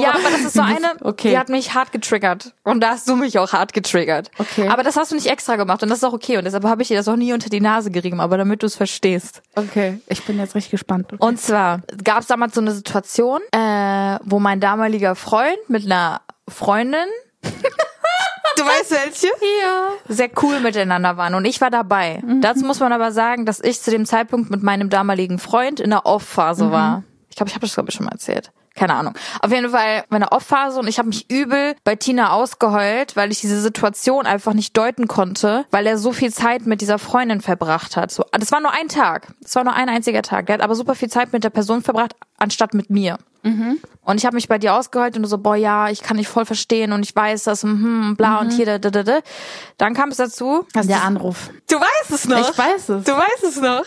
Ja, aber das ist so eine,
Okay.
die hat mich hart getriggert. Und da hast du mich auch hart getriggert.
Okay.
Aber das hast du nicht extra gemacht und das ist auch okay. Und deshalb habe ich dir das auch nie unter die Nase gerieben, aber damit du es verstehst.
Okay, ich bin jetzt richtig gespannt.
Und zwar gab es damals so eine Situation, äh, wo mein damaliger Freund mit einer Freundin Du weißt welche? Ja. Sehr cool miteinander waren und ich war dabei. Dazu muss man aber sagen, dass ich zu dem Zeitpunkt mit meinem damaligen Freund in der Off-Phase war. Ich glaube, ich habe das glaube ich schon mal erzählt. Keine Ahnung. Auf jeden Fall meine Off-Phase und ich habe mich übel bei Tina ausgeheult, weil ich diese Situation einfach nicht deuten konnte, weil er so viel Zeit mit dieser Freundin verbracht hat. So, das war nur ein Tag. Das war nur ein einziger Tag. Der hat aber super viel Zeit mit der Person verbracht, anstatt mit mir. Und ich habe mich bei dir ausgeheult und du so, boah, ja, ich kann dich voll verstehen und ich weiß das, und hm, und bla und hier, da, da, da, da. Dann kam es dazu, dass
Der Anruf.
Du weißt es noch.
Ich weiß es.
Du weißt es noch.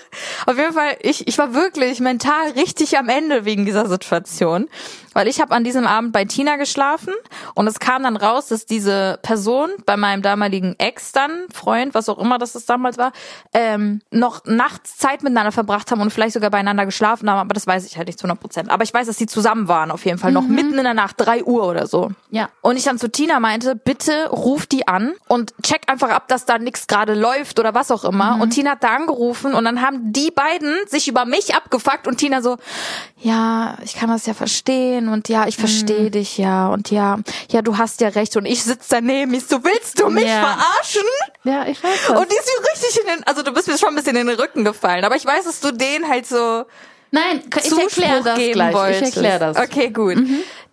Auf jeden Fall, ich, ich war wirklich mental richtig am Ende wegen dieser Situation. Weil ich habe an diesem Abend bei Tina geschlafen und es kam dann raus, dass diese Person bei meinem damaligen Ex dann, Freund, was auch immer das es damals war, ähm, noch nachts Zeit miteinander verbracht haben und vielleicht sogar beieinander geschlafen haben, aber das weiß ich halt nicht zu 100 Prozent. Aber ich weiß, dass sie zusammen waren auf jeden Fall, noch mitten in der Nacht, drei Uhr oder so.
Mhm. Ja.
Und ich dann zu Tina meinte, bitte ruf die an und check einfach ab, dass da nichts gerade läuft oder was auch
Mhm.
immer. Und Tina hat da angerufen und dann haben die beiden sich über mich abgefuckt und Tina so, ja, ich kann das ja verstehen und ja, ich
Mhm.
verstehe dich ja und ja, ja, du hast ja recht und ich sitze daneben, ich so, willst du mich
Ja.
verarschen?
Ja, ich weiß das.
Und die ist mir richtig in den, also du bist mir schon ein bisschen in den Rücken gefallen, aber ich weiß, dass du den halt so,
Nein, ich
Zuspruch
erkläre das
geben
gleich.
wolltest.
Ich erkläre das.
Okay, gut.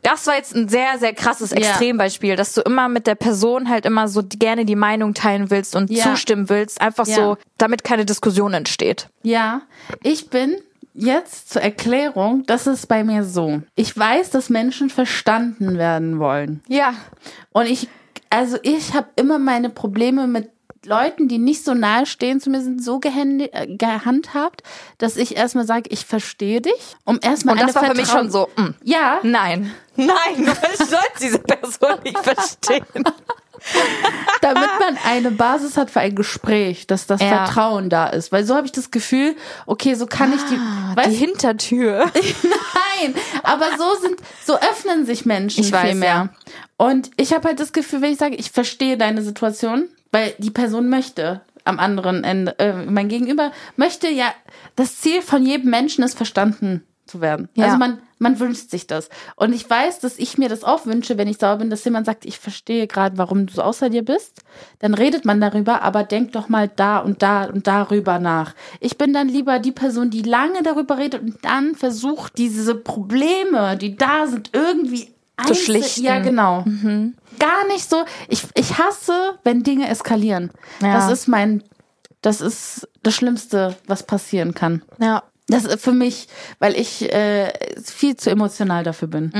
Das war jetzt ein sehr, sehr krasses Extrembeispiel, dass du immer mit der Person halt immer so die- gerne die Meinung teilen willst und
Ja.
zustimmen willst, einfach
Ja.
so, damit keine Diskussion entsteht.
Ja, ich bin jetzt zur Erklärung, das ist bei mir so. Ich weiß, dass Menschen verstanden werden wollen.
Ja.
Und ich, also ich habe immer meine Probleme mit Leuten, die nicht so nahe stehen zu mir, sind so gehänd- äh, gehandhabt, dass ich erstmal sage, ich verstehe dich, um erstmal
Und das
eine
war für mich
Vertrauen-
schon so, mm.
Ja,
nein. Nein, du sollst diese Person nicht verstehen.
damit man eine Basis hat für ein Gespräch, dass das
Ah. Ja.
Vertrauen da ist. Weil so habe ich das Gefühl, okay, so kann ich die, weißt
Ah, Die Hintertür.
Nein, aber so sind, so öffnen sich Menschen
Ich
viel
weiß,
mehr.
ja.
Und ich habe halt das Gefühl, wenn ich sage, ich verstehe deine Situation, weil die Person möchte am anderen Ende, äh, mein Gegenüber möchte ja, das Ziel von jedem Menschen ist verstanden zu werden.
Ja.
Also man, man wünscht sich das. Und ich weiß, dass ich mir das auch wünsche, wenn ich sauer bin, dass jemand sagt, ich verstehe gerade, warum du so außer dir bist. Dann redet man darüber, aber denk doch mal da und da und darüber nach. Ich bin dann lieber die Person, die lange darüber redet und dann versucht, diese Probleme, die da sind, irgendwie einzu-
schlichten. Mhm.
Ja, genau. Gar nicht so. Ich, ich hasse, wenn Dinge eskalieren.
Ja.
Das ist mein, das ist das Schlimmste, was passieren kann.
Ja.
Das ist für mich, weil ich äh, viel zu emotional dafür bin.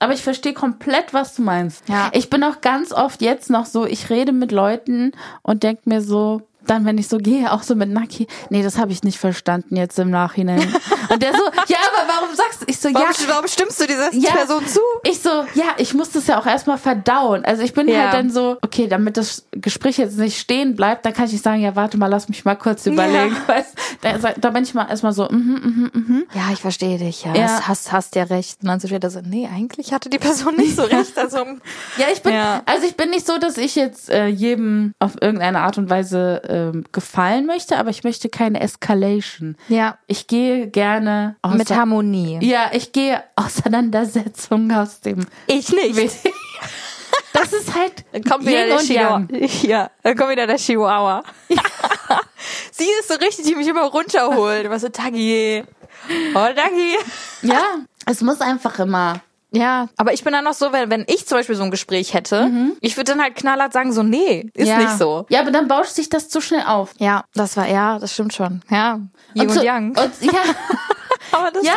Aber ich verstehe komplett, was du meinst.
Mhm. Ja.
Ich bin auch ganz oft jetzt noch so, ich rede mit Leuten und denke mir so, dann, wenn ich so gehe, auch so mit Naki, nee, das habe ich nicht verstanden jetzt im Nachhinein. und der so, ja, aber warum sagst du? Ich so, ja,
warum stimmst du dieser
ja. Ich so, ja, ich muss das ja auch erstmal verdauen. Also ich bin
Ja.
halt dann so, okay, damit das Gespräch jetzt nicht stehen bleibt, dann kann ich nicht sagen, ja, warte mal, lass mich mal kurz überlegen. Weißt, da, da bin ich mal erstmal so, mhm, mhm, mhm.
Ja, ich verstehe dich, ja.
Ja.
Das Hast, hast ja recht. Und dann sind wir da so, nee, eigentlich hatte die Person nicht so recht. Also,
Ja, ich bin,
Ja.
also ich bin nicht so, dass ich jetzt äh, jedem auf irgendeine Art und Weise ähm, gefallen möchte, aber ich möchte keine Escalation.
ja.
Ich gehe gerne außer-
Mit Harmonie.
Ja, ich gehe Auseinandersetzungen aus dem.
Ich nicht.
Das ist halt
Dann kommt wieder
Yin
der
und Yang.
Chihuahua. Ja, dann kommt wieder der Chihuahua. Sie ist so richtig, die mich immer runterholt. Was so, Tagi. Oh, Tagi.
Ja, es muss einfach immer.
Ja, aber ich bin dann noch so, wenn, wenn ich zum Beispiel so ein Gespräch hätte, ich würde dann halt knallhart sagen, so, nee, ist
ja.
nicht so.
Ja, aber dann bauscht sich das zu schnell auf.
Ja, das war, ja, das stimmt schon. Ja, Yin und,
so-
Yang.
Und, ja,
aber das
ja,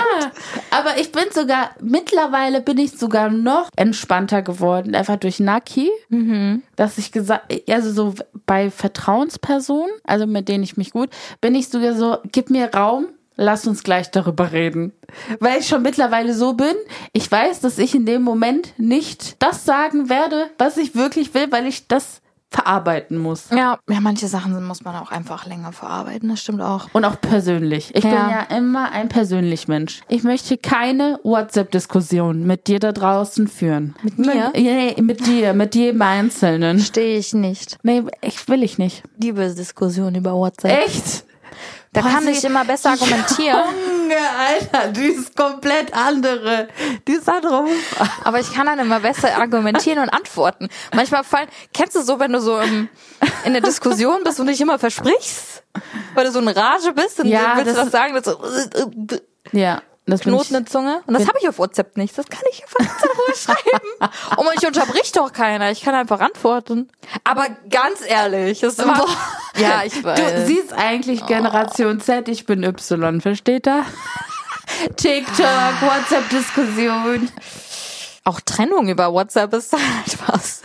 aber ich bin sogar, mittlerweile bin ich sogar noch entspannter geworden, einfach durch Naki,
Mhm.
dass ich gesagt, also so bei Vertrauenspersonen, also mit denen ich mich gut, bin ich sogar so, gib mir Raum, lass uns gleich darüber reden. Weil ich schon mittlerweile so bin, ich weiß, dass ich in dem Moment nicht das sagen werde, was ich wirklich will, weil ich das verarbeiten muss.
ja, ja, manche Sachen muss man auch einfach länger verarbeiten, das stimmt auch.
Und auch persönlich. Ich bin
Ja.
ja immer ein persönlich Mensch. Ich möchte keine WhatsApp-Diskussion mit dir da draußen führen. Mit
mir?
Nee, mit dir, mit jedem Einzelnen.
Stehe ich nicht.
Nee, ich will ich nicht.
Liebe Diskussion über WhatsApp.
Echt?
Da
Boah,
kann
sie-
ich immer besser argumentieren.
Junge, Alter, die ist komplett andere. Die ist andere.
Aber ich kann dann immer besser argumentieren und antworten. Manchmal fallen, kennst du so, wenn du so im, in der Diskussion bist und dich immer versprichst? Weil du so in Rage bist und
Ja,
willst
das-
was sagen, das so,
Ja, das bin ich.
Knoten in der Zunge. Und das habe ich auf WhatsApp nicht. Das kann ich auf WhatsApp schreiben. Und mich unterbricht doch keiner. Ich kann einfach antworten. Aber ganz ehrlich, das war, ja, ich weiß.
Du, sie ist eigentlich Generation Z, ich bin Y, versteht er? TikTok, WhatsApp-Diskussion.
auch Trennung über WhatsApp ist halt was.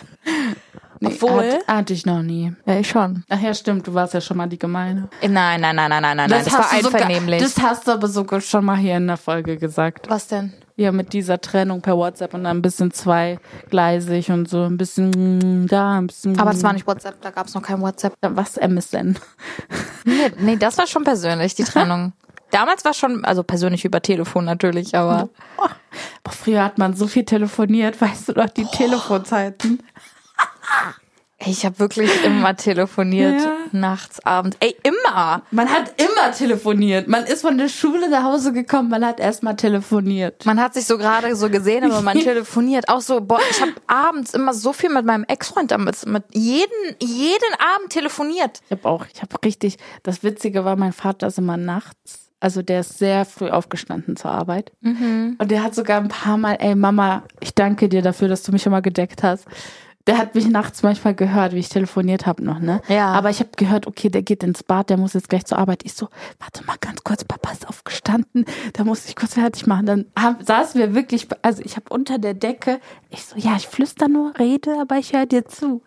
Obwohl,
Hat, hatte ich noch nie.
ja, ich schon.
Ach ja, stimmt, du warst ja schon mal die Gemeine.
Nein, nein, nein, nein, nein, nein, das, das war
hast du sogar-
einvernehmlich.
Das hast du aber sogar schon mal hier in der Folge gesagt.
was denn?
Ja, mit dieser Trennung per WhatsApp und dann ein bisschen zweigleisig und so ein bisschen mm, da, ein bisschen.
Aber es war nicht WhatsApp, da gab es noch kein WhatsApp.
was MSN.
Nee, nee, das war schon persönlich, die Trennung. Damals war schon, also persönlich über Telefon natürlich, aber
Boah, früher hat man so viel telefoniert, weißt du doch, die Telefonzeiten.
ey, ich habe wirklich immer telefoniert,
Ja.
nachts, abends. Ey, immer!
Man hat immer telefoniert. Man ist von der Schule nach Hause gekommen, man hat erstmal telefoniert.
Man hat sich so gerade so gesehen, aber man telefoniert auch so. Boah, ich habe abends immer so viel mit meinem Ex-Freund damals, mit jeden, jeden Abend telefoniert.
Ich habe auch, ich habe richtig, das Witzige war, mein Vater ist immer nachts, also der ist sehr früh aufgestanden zur Arbeit. Und der hat sogar ein paar Mal, ey Mama, ich danke dir dafür, dass du mich immer gedeckt hast. Der hat mich nachts manchmal gehört, wie ich telefoniert habe noch, ne?
Ja.
Aber ich habe gehört, okay, der geht ins Bad, der muss jetzt gleich zur Arbeit. Ich so, warte mal ganz kurz, Papa ist aufgestanden, da muss ich kurz fertig machen. Dann haben, saßen wir wirklich, also ich habe unter der Decke, ich so, ja, ich flüster nur, rede, aber ich höre dir zu.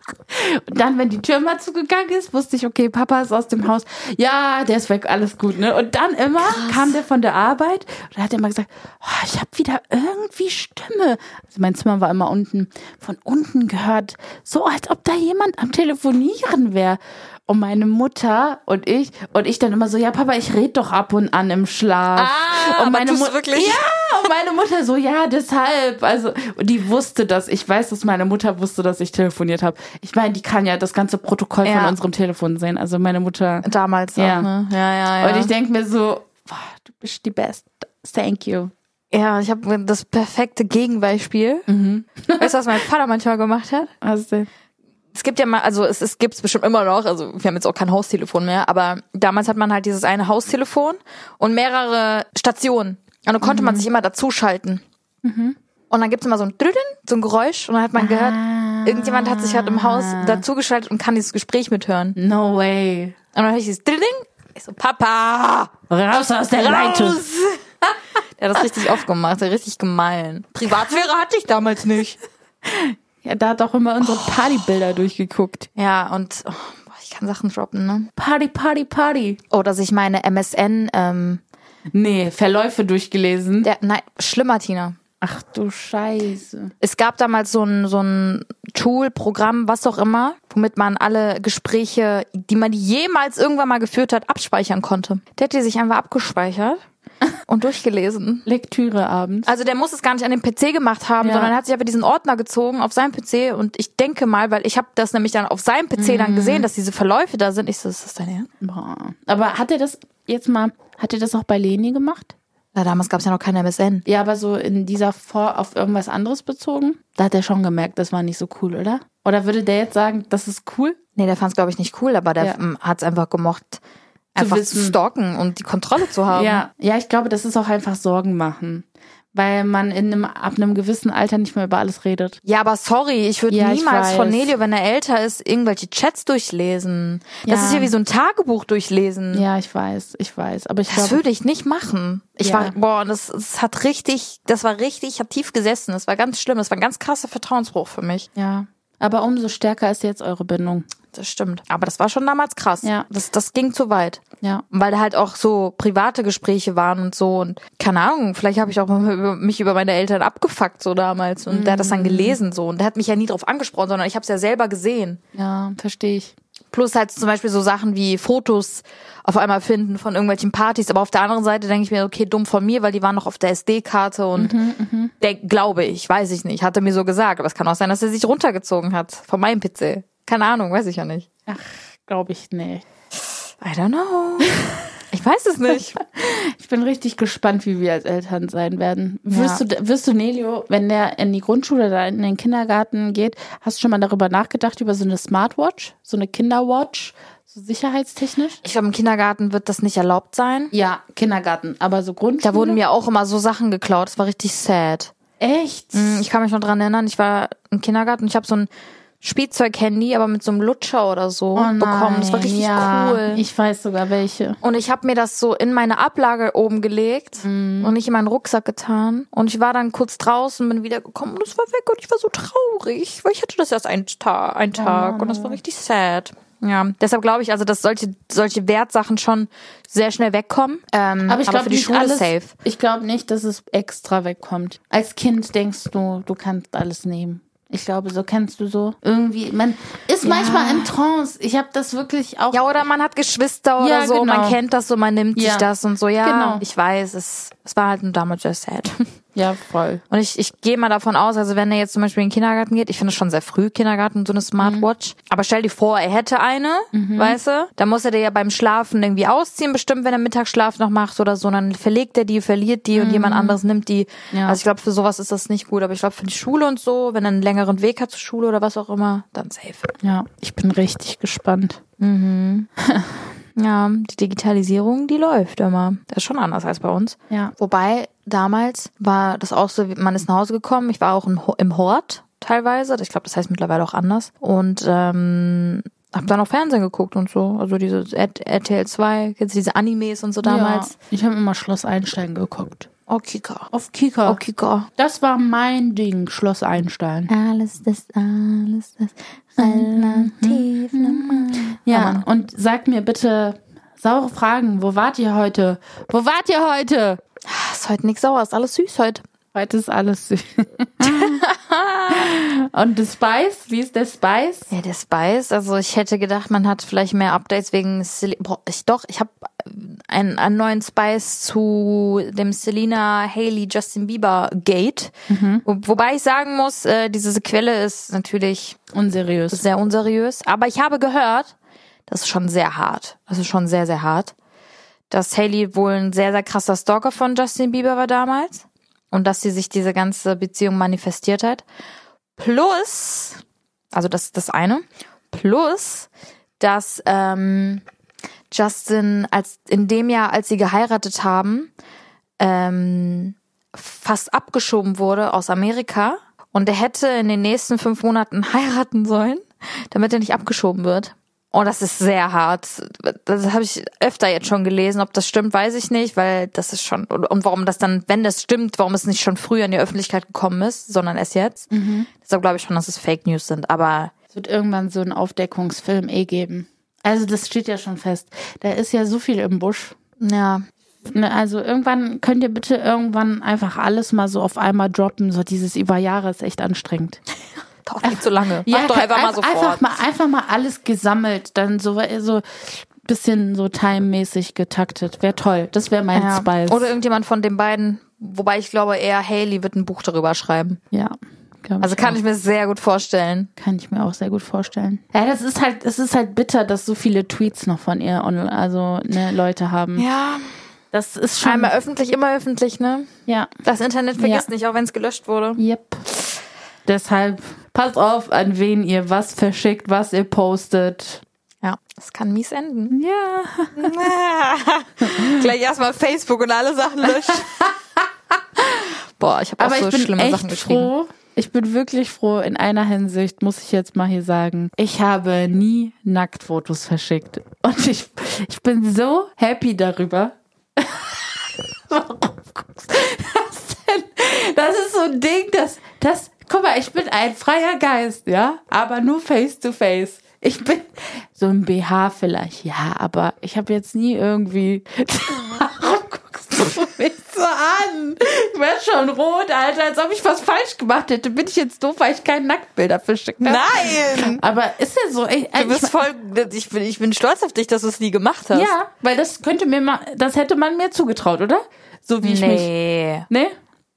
Und dann, wenn die Tür mal zugegangen ist, wusste ich, okay, Papa ist aus dem Haus. Ja, der ist weg, alles gut, ne? Und dann immer kam der von der Arbeit und hat er immer gesagt, oh, ich habe wieder irgendwie Stimme. Also mein Zimmer war immer unten, von unten gehört, so als ob da jemand am Telefonieren wäre. Und meine Mutter und ich und ich dann immer so, ja Papa, ich red doch ab und an im Schlaf.
Ah, aber
und meine
tust
Mu-
du wirklich?
Ja, und meine Mutter so, ja, deshalb. Also und die wusste das. Ich weiß, dass meine Mutter wusste, dass ich telefoniert habe. Ich meine, die kann ja das ganze Protokoll
Ja.
von unserem Telefon sehen. Also meine Mutter.
Damals
Ja.
auch, ne? Ja, ja, ja.
Und ich denke mir so, boah, du bist die Beste. Thank you.
Ja, ich habe das perfekte Gegenbeispiel. Weißt du, was mein Vater manchmal gemacht hat?
Was denn?
Es gibt ja mal, also es, es gibt's bestimmt immer noch, also wir haben jetzt auch kein Haustelefon mehr, aber damals hat man halt dieses eine Haustelefon und mehrere Stationen. Und dann konnte man sich immer dazuschalten. Und dann gibt's immer so ein Drüden, so ein Geräusch und dann hat man gehört, irgendjemand hat sich halt im Haus dazugeschaltet und kann dieses Gespräch mithören. Und
No way.
dann hör ich dieses Drüden, ich so, Papa!
Raus aus der Leitung.
Raus! Der hat das richtig oft gemacht, der hat richtig gemein. Privatsphäre hatte ich damals nicht.
Ja, da hat auch immer unsere Partybilder durchgeguckt.
Ja, und oh, boah, ich kann Sachen droppen, ne?
Party, Party, Party.
Oh, dass ich meine MSN, ähm,
Nee, Verläufe durchgelesen.
der, nein, schlimmer, Tina.
Ach du Scheiße.
Es gab damals so ein, so ein Tool, Programm, was auch immer, womit man alle Gespräche, die man jemals irgendwann mal geführt hat, abspeichern konnte. Der hat die sich einfach abgespeichert und durchgelesen.
Lektüre abends.
Also der muss es gar nicht an dem PC gemacht haben,
Ja.
sondern hat sich aber diesen Ordner gezogen auf seinem PC und ich denke mal, weil ich habe das nämlich dann auf seinem PC dann gesehen, dass diese Verläufe da sind. Ich so, ist das dein Ernst?
Boah. Aber hat er das jetzt mal, hat er das auch bei Leni gemacht?
Na, damals gab es ja noch keine MSN.
Ja, aber so in dieser Vor auf irgendwas anderes bezogen? Da hat er schon gemerkt, das war nicht so cool, oder? Oder würde der jetzt sagen, das ist cool?
Nee, der fand es, glaube ich, nicht cool, aber der
Ja.
m, hat's einfach gemocht, einfach zu,
wissen.
stalken und die Kontrolle zu haben.
Ja, ja, ich glaube, das ist auch einfach Sorgen machen. Weil man in einem, ab einem gewissen Alter nicht mehr über alles redet.
Ja, aber sorry, ich würde
Ja, ich
niemals
weiß.
von Nelio, wenn er älter ist, irgendwelche Chats durchlesen. Das
Ja.
ist ja wie so ein Tagebuch durchlesen.
Ja, ich weiß, ich weiß. Aber ich
Das
glaube,
würde ich nicht machen. Ich
Ja.
war, boah, das, das hat richtig, das war richtig, hat tief gesessen. Das war ganz schlimm. Das war ein ganz krasser Vertrauensbruch für mich.
ja. Aber umso stärker ist jetzt eure Bindung.
Das stimmt. Aber das war schon damals krass.
Ja.
Das, das ging zu weit.
Ja.
Weil da halt auch so private Gespräche waren und so. Und keine Ahnung, vielleicht habe ich auch mal über- mich über meine Eltern abgefuckt so damals. Und der hat das dann gelesen so. Und der hat mich ja nie drauf angesprochen, sondern ich habe es ja selber gesehen.
Ja, verstehe ich.
Plus halt zum Beispiel so Sachen wie Fotos auf einmal finden von irgendwelchen Partys. Aber auf der anderen Seite denke ich mir, okay, dumm von mir, weil die waren noch auf der SD-Karte und der, glaube ich, weiß ich nicht, hat er mir so gesagt. Aber es kann auch sein, dass er sich runtergezogen hat von meinem PC. Keine Ahnung, weiß ich ja nicht.
Glaube ich nicht.
I don't know. Ich weiß es nicht.
Ich bin richtig gespannt, wie wir als Eltern sein werden. Wirst, du, wirst du Nelio, wenn der in die Grundschule oder in den Kindergarten geht, hast du schon mal darüber nachgedacht, über so eine Smartwatch, so eine Kinderwatch, so sicherheitstechnisch?
Ich glaube, im Kindergarten wird das nicht erlaubt sein.
Ja, Kindergarten, aber so Grundschule.
Da wurden mir auch immer so Sachen geklaut. Das war richtig sad.
Echt?
Mm, Ich kann mich noch dran erinnern, ich war im Kindergarten und ich habe so ein Spielzeug-Handy, aber mit so einem Lutscher oder so bekommen. Das war richtig
Oh ja,
cool. Mhm,
Ich weiß sogar welche.
und ich habe mir das so in meine Ablage oben gelegt
Mhm.
und nicht in meinen Rucksack getan. Und ich war dann kurz draußen, bin wiedergekommen und es war weg und ich war so traurig, weil ich hatte das erst einen Tag,
Oh
einen Tag und das war richtig sad. Ja, deshalb glaube ich also, dass solche, solche Wertsachen schon sehr schnell wegkommen. Ähm,
Aber ich glaube
für die
nicht
Schule
alles.
safe.
Ich glaube nicht, dass es extra wegkommt. Als Kind denkst du, du kannst alles nehmen. Ich glaube, so kennst du so irgendwie. Man ist manchmal in Trance. Ich habe das wirklich auch.
Ja, oder man hat Geschwister oder
Ja,
so, man
genau.
kennt das so, man nimmt sich
Ja.
das und so. Ja,
Genau.
ich weiß, es, es war halt nur damals just sad.
ja voll.
Und ich, ich gehe mal davon aus, also wenn er jetzt zum Beispiel in den Kindergarten geht, ich finde es schon sehr früh, Kindergarten, so eine Smartwatch. Aber stell dir vor, er hätte eine, weißt du? Dann muss er dir ja beim Schlafen irgendwie ausziehen, bestimmt, wenn er Mittagsschlaf noch macht oder so. Und dann verlegt er die, verliert die und jemand anderes nimmt die.
Ja.
Also ich glaube, für sowas ist das nicht gut. Aber ich glaube, für die Schule und so, wenn er einen längeren Weg hat zur Schule oder was auch immer, dann safe.
Ja, ich bin richtig gespannt.
Ja, die Digitalisierung, die läuft immer. Das ist schon anders als bei uns.
Ja.
Wobei, damals war das auch so, wie- man ist nach Hause gekommen. Ich war auch im, Ho- im Hort teilweise. Ich glaube, das heißt mittlerweile auch anders. Und ähm, habe dann auch Fernsehen geguckt und so. Also diese R- RTL 2, jetzt diese Animes und so damals.
Ja, ich habe immer Schloss Einstein geguckt.
Oh, Kika.
Auf Kika.
Oh, Kika.
Das war mein Ding, Schloss Einstein.
Alles das, alles das, relativ normal.
Mhm. Ja, und sag mir bitte saure Fragen. Wo wart ihr heute? Wo wart ihr heute?
Ist heute nichts sauer, ist alles süß heute.
Heute ist alles süß. und der Spice? Wie ist der Spice?
Ja, der Spice, also ich hätte gedacht, man hat vielleicht mehr Updates wegen Sel Boah, ich doch, ich habe einen, einen neuen Spice zu dem Selena Haley Justin Bieber Gate. Wo- Wobei ich sagen muss, äh, diese Quelle ist natürlich
Unseriös.
sehr unseriös, aber ich habe gehört, das ist schon sehr hart. Das ist schon sehr sehr hart. Dass Haley wohl ein sehr sehr krasser Stalker von Justin Bieber war damals und dass sie sich diese ganze Beziehung manifestiert hat. Plus also das ist das eine. Plus, dass ähm, Justin als in dem Jahr, als sie geheiratet haben, ähm, fast abgeschoben wurde aus Amerika und er hätte in den nächsten fünf Monaten heiraten sollen, damit er nicht abgeschoben wird. Und das ist sehr hart. Das habe ich öfter jetzt schon gelesen. Ob das stimmt, weiß ich nicht, weil das ist schon. Und und warum das dann, wenn das stimmt, warum es nicht schon früher in die Öffentlichkeit gekommen ist, sondern erst jetzt.
Mhm.
Deshalb glaube ich schon, dass es Fake News sind. Aber
Es wird irgendwann so einen Aufdeckungsfilm eh geben. Also das steht ja schon fest. Da ist ja so viel im Busch.
ja,
Ne, also irgendwann könnt ihr bitte irgendwann einfach alles mal so auf einmal droppen. So dieses über Jahre ist echt anstrengend.
dauert nicht so lange. Mach doch
kann-
einfach mal
einf- Einfach
sofort.
mal, einfach mal alles gesammelt, dann so so bisschen so timemäßig getaktet. Wäre toll. Das wäre mein
Ja.
Spice.
Oder irgendjemand von den beiden. Wobei ich glaube, eher Haley wird ein Buch darüber schreiben.
ja. glaub
Also kann
auch.
ich mir sehr gut vorstellen.
kann ich mir auch sehr gut vorstellen. Ja, das ist halt, es ist halt bitter, dass so viele Tweets noch von ihr online, also ne, Leute haben.
Ja,
Das ist schon.
einmal öffentlich, immer öffentlich, ne?
ja.
Das Internet vergisst
Ja.
nicht, auch wenn es gelöscht wurde.
Yep. Deshalb passt auf, an wen ihr was verschickt, was ihr postet.
Ja, das kann mies enden.
Ja.
Gleich erstmal Facebook und alle Sachen löschen. Boah, ich habe auch
Aber
so
ich bin
schlimme
echt
Sachen geschrieben.
froh. Ich bin wirklich froh in einer Hinsicht, muss ich jetzt mal hier sagen. Ich habe nie Nacktfotos verschickt. Und ich, ich bin so happy darüber. Warum guckst du das denn? Das ist so ein Ding, das, das, guck mal, ich bin ein freier Geist, ja, aber nur face to face. Ich bin so ein BH vielleicht, ja, aber ich habe jetzt nie irgendwie. Warum guckst du mich so an? Ich werd schon rot, Alter, als ob ich was falsch gemacht hätte. Bin ich jetzt doof, weil ich keine Nacktbilder verschickt habe?
Nein!
Aber ist ja so. Ich,
Du bist
ich,
voll, ich bin, ich bin stolz auf dich, dass du es nie gemacht hast.
ja, weil das könnte mir mal, das hätte man mir zugetraut, oder? So wie ich mich. ne?
Nee.
Nee?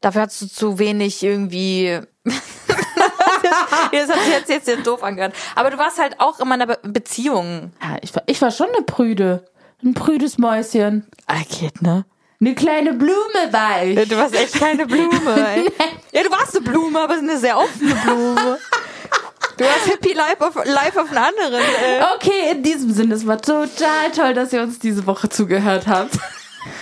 Dafür hast du zu wenig irgendwie. das hat sich jetzt, jetzt, jetzt doof angehört. Aber du warst halt auch immer in einer Be Beziehung.
Ja, ich war, ich war schon eine Prüde. ein prüdes Mäuschen.
Ah, geht, ne?
Eine kleine Blume war ich.
Du warst echt keine Blume, ey. Ja, du warst eine Blume, aber eine sehr offene Blume. Du hast Hippie Life auf, Life auf einen anderen, äh. ey.
Okay, in diesem Sinne, es war total toll, dass ihr uns diese Woche zugehört habt.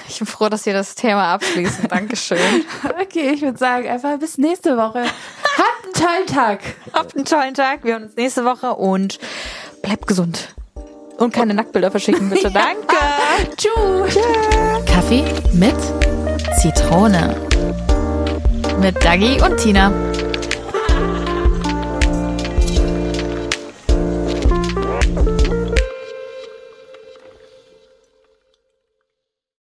Ich bin froh, dass wir das Thema abschließen. Dankeschön.
Okay, ich würde sagen, einfach bis nächste Woche. Habt einen tollen Tag.
Habt einen tollen Tag. Wir hören uns nächste Woche und bleibt gesund. Und keine Nacktbilder verschicken, bitte. Danke.
Tschüss.
Kaffee mit Zitrone. Mit Dagi und Tina.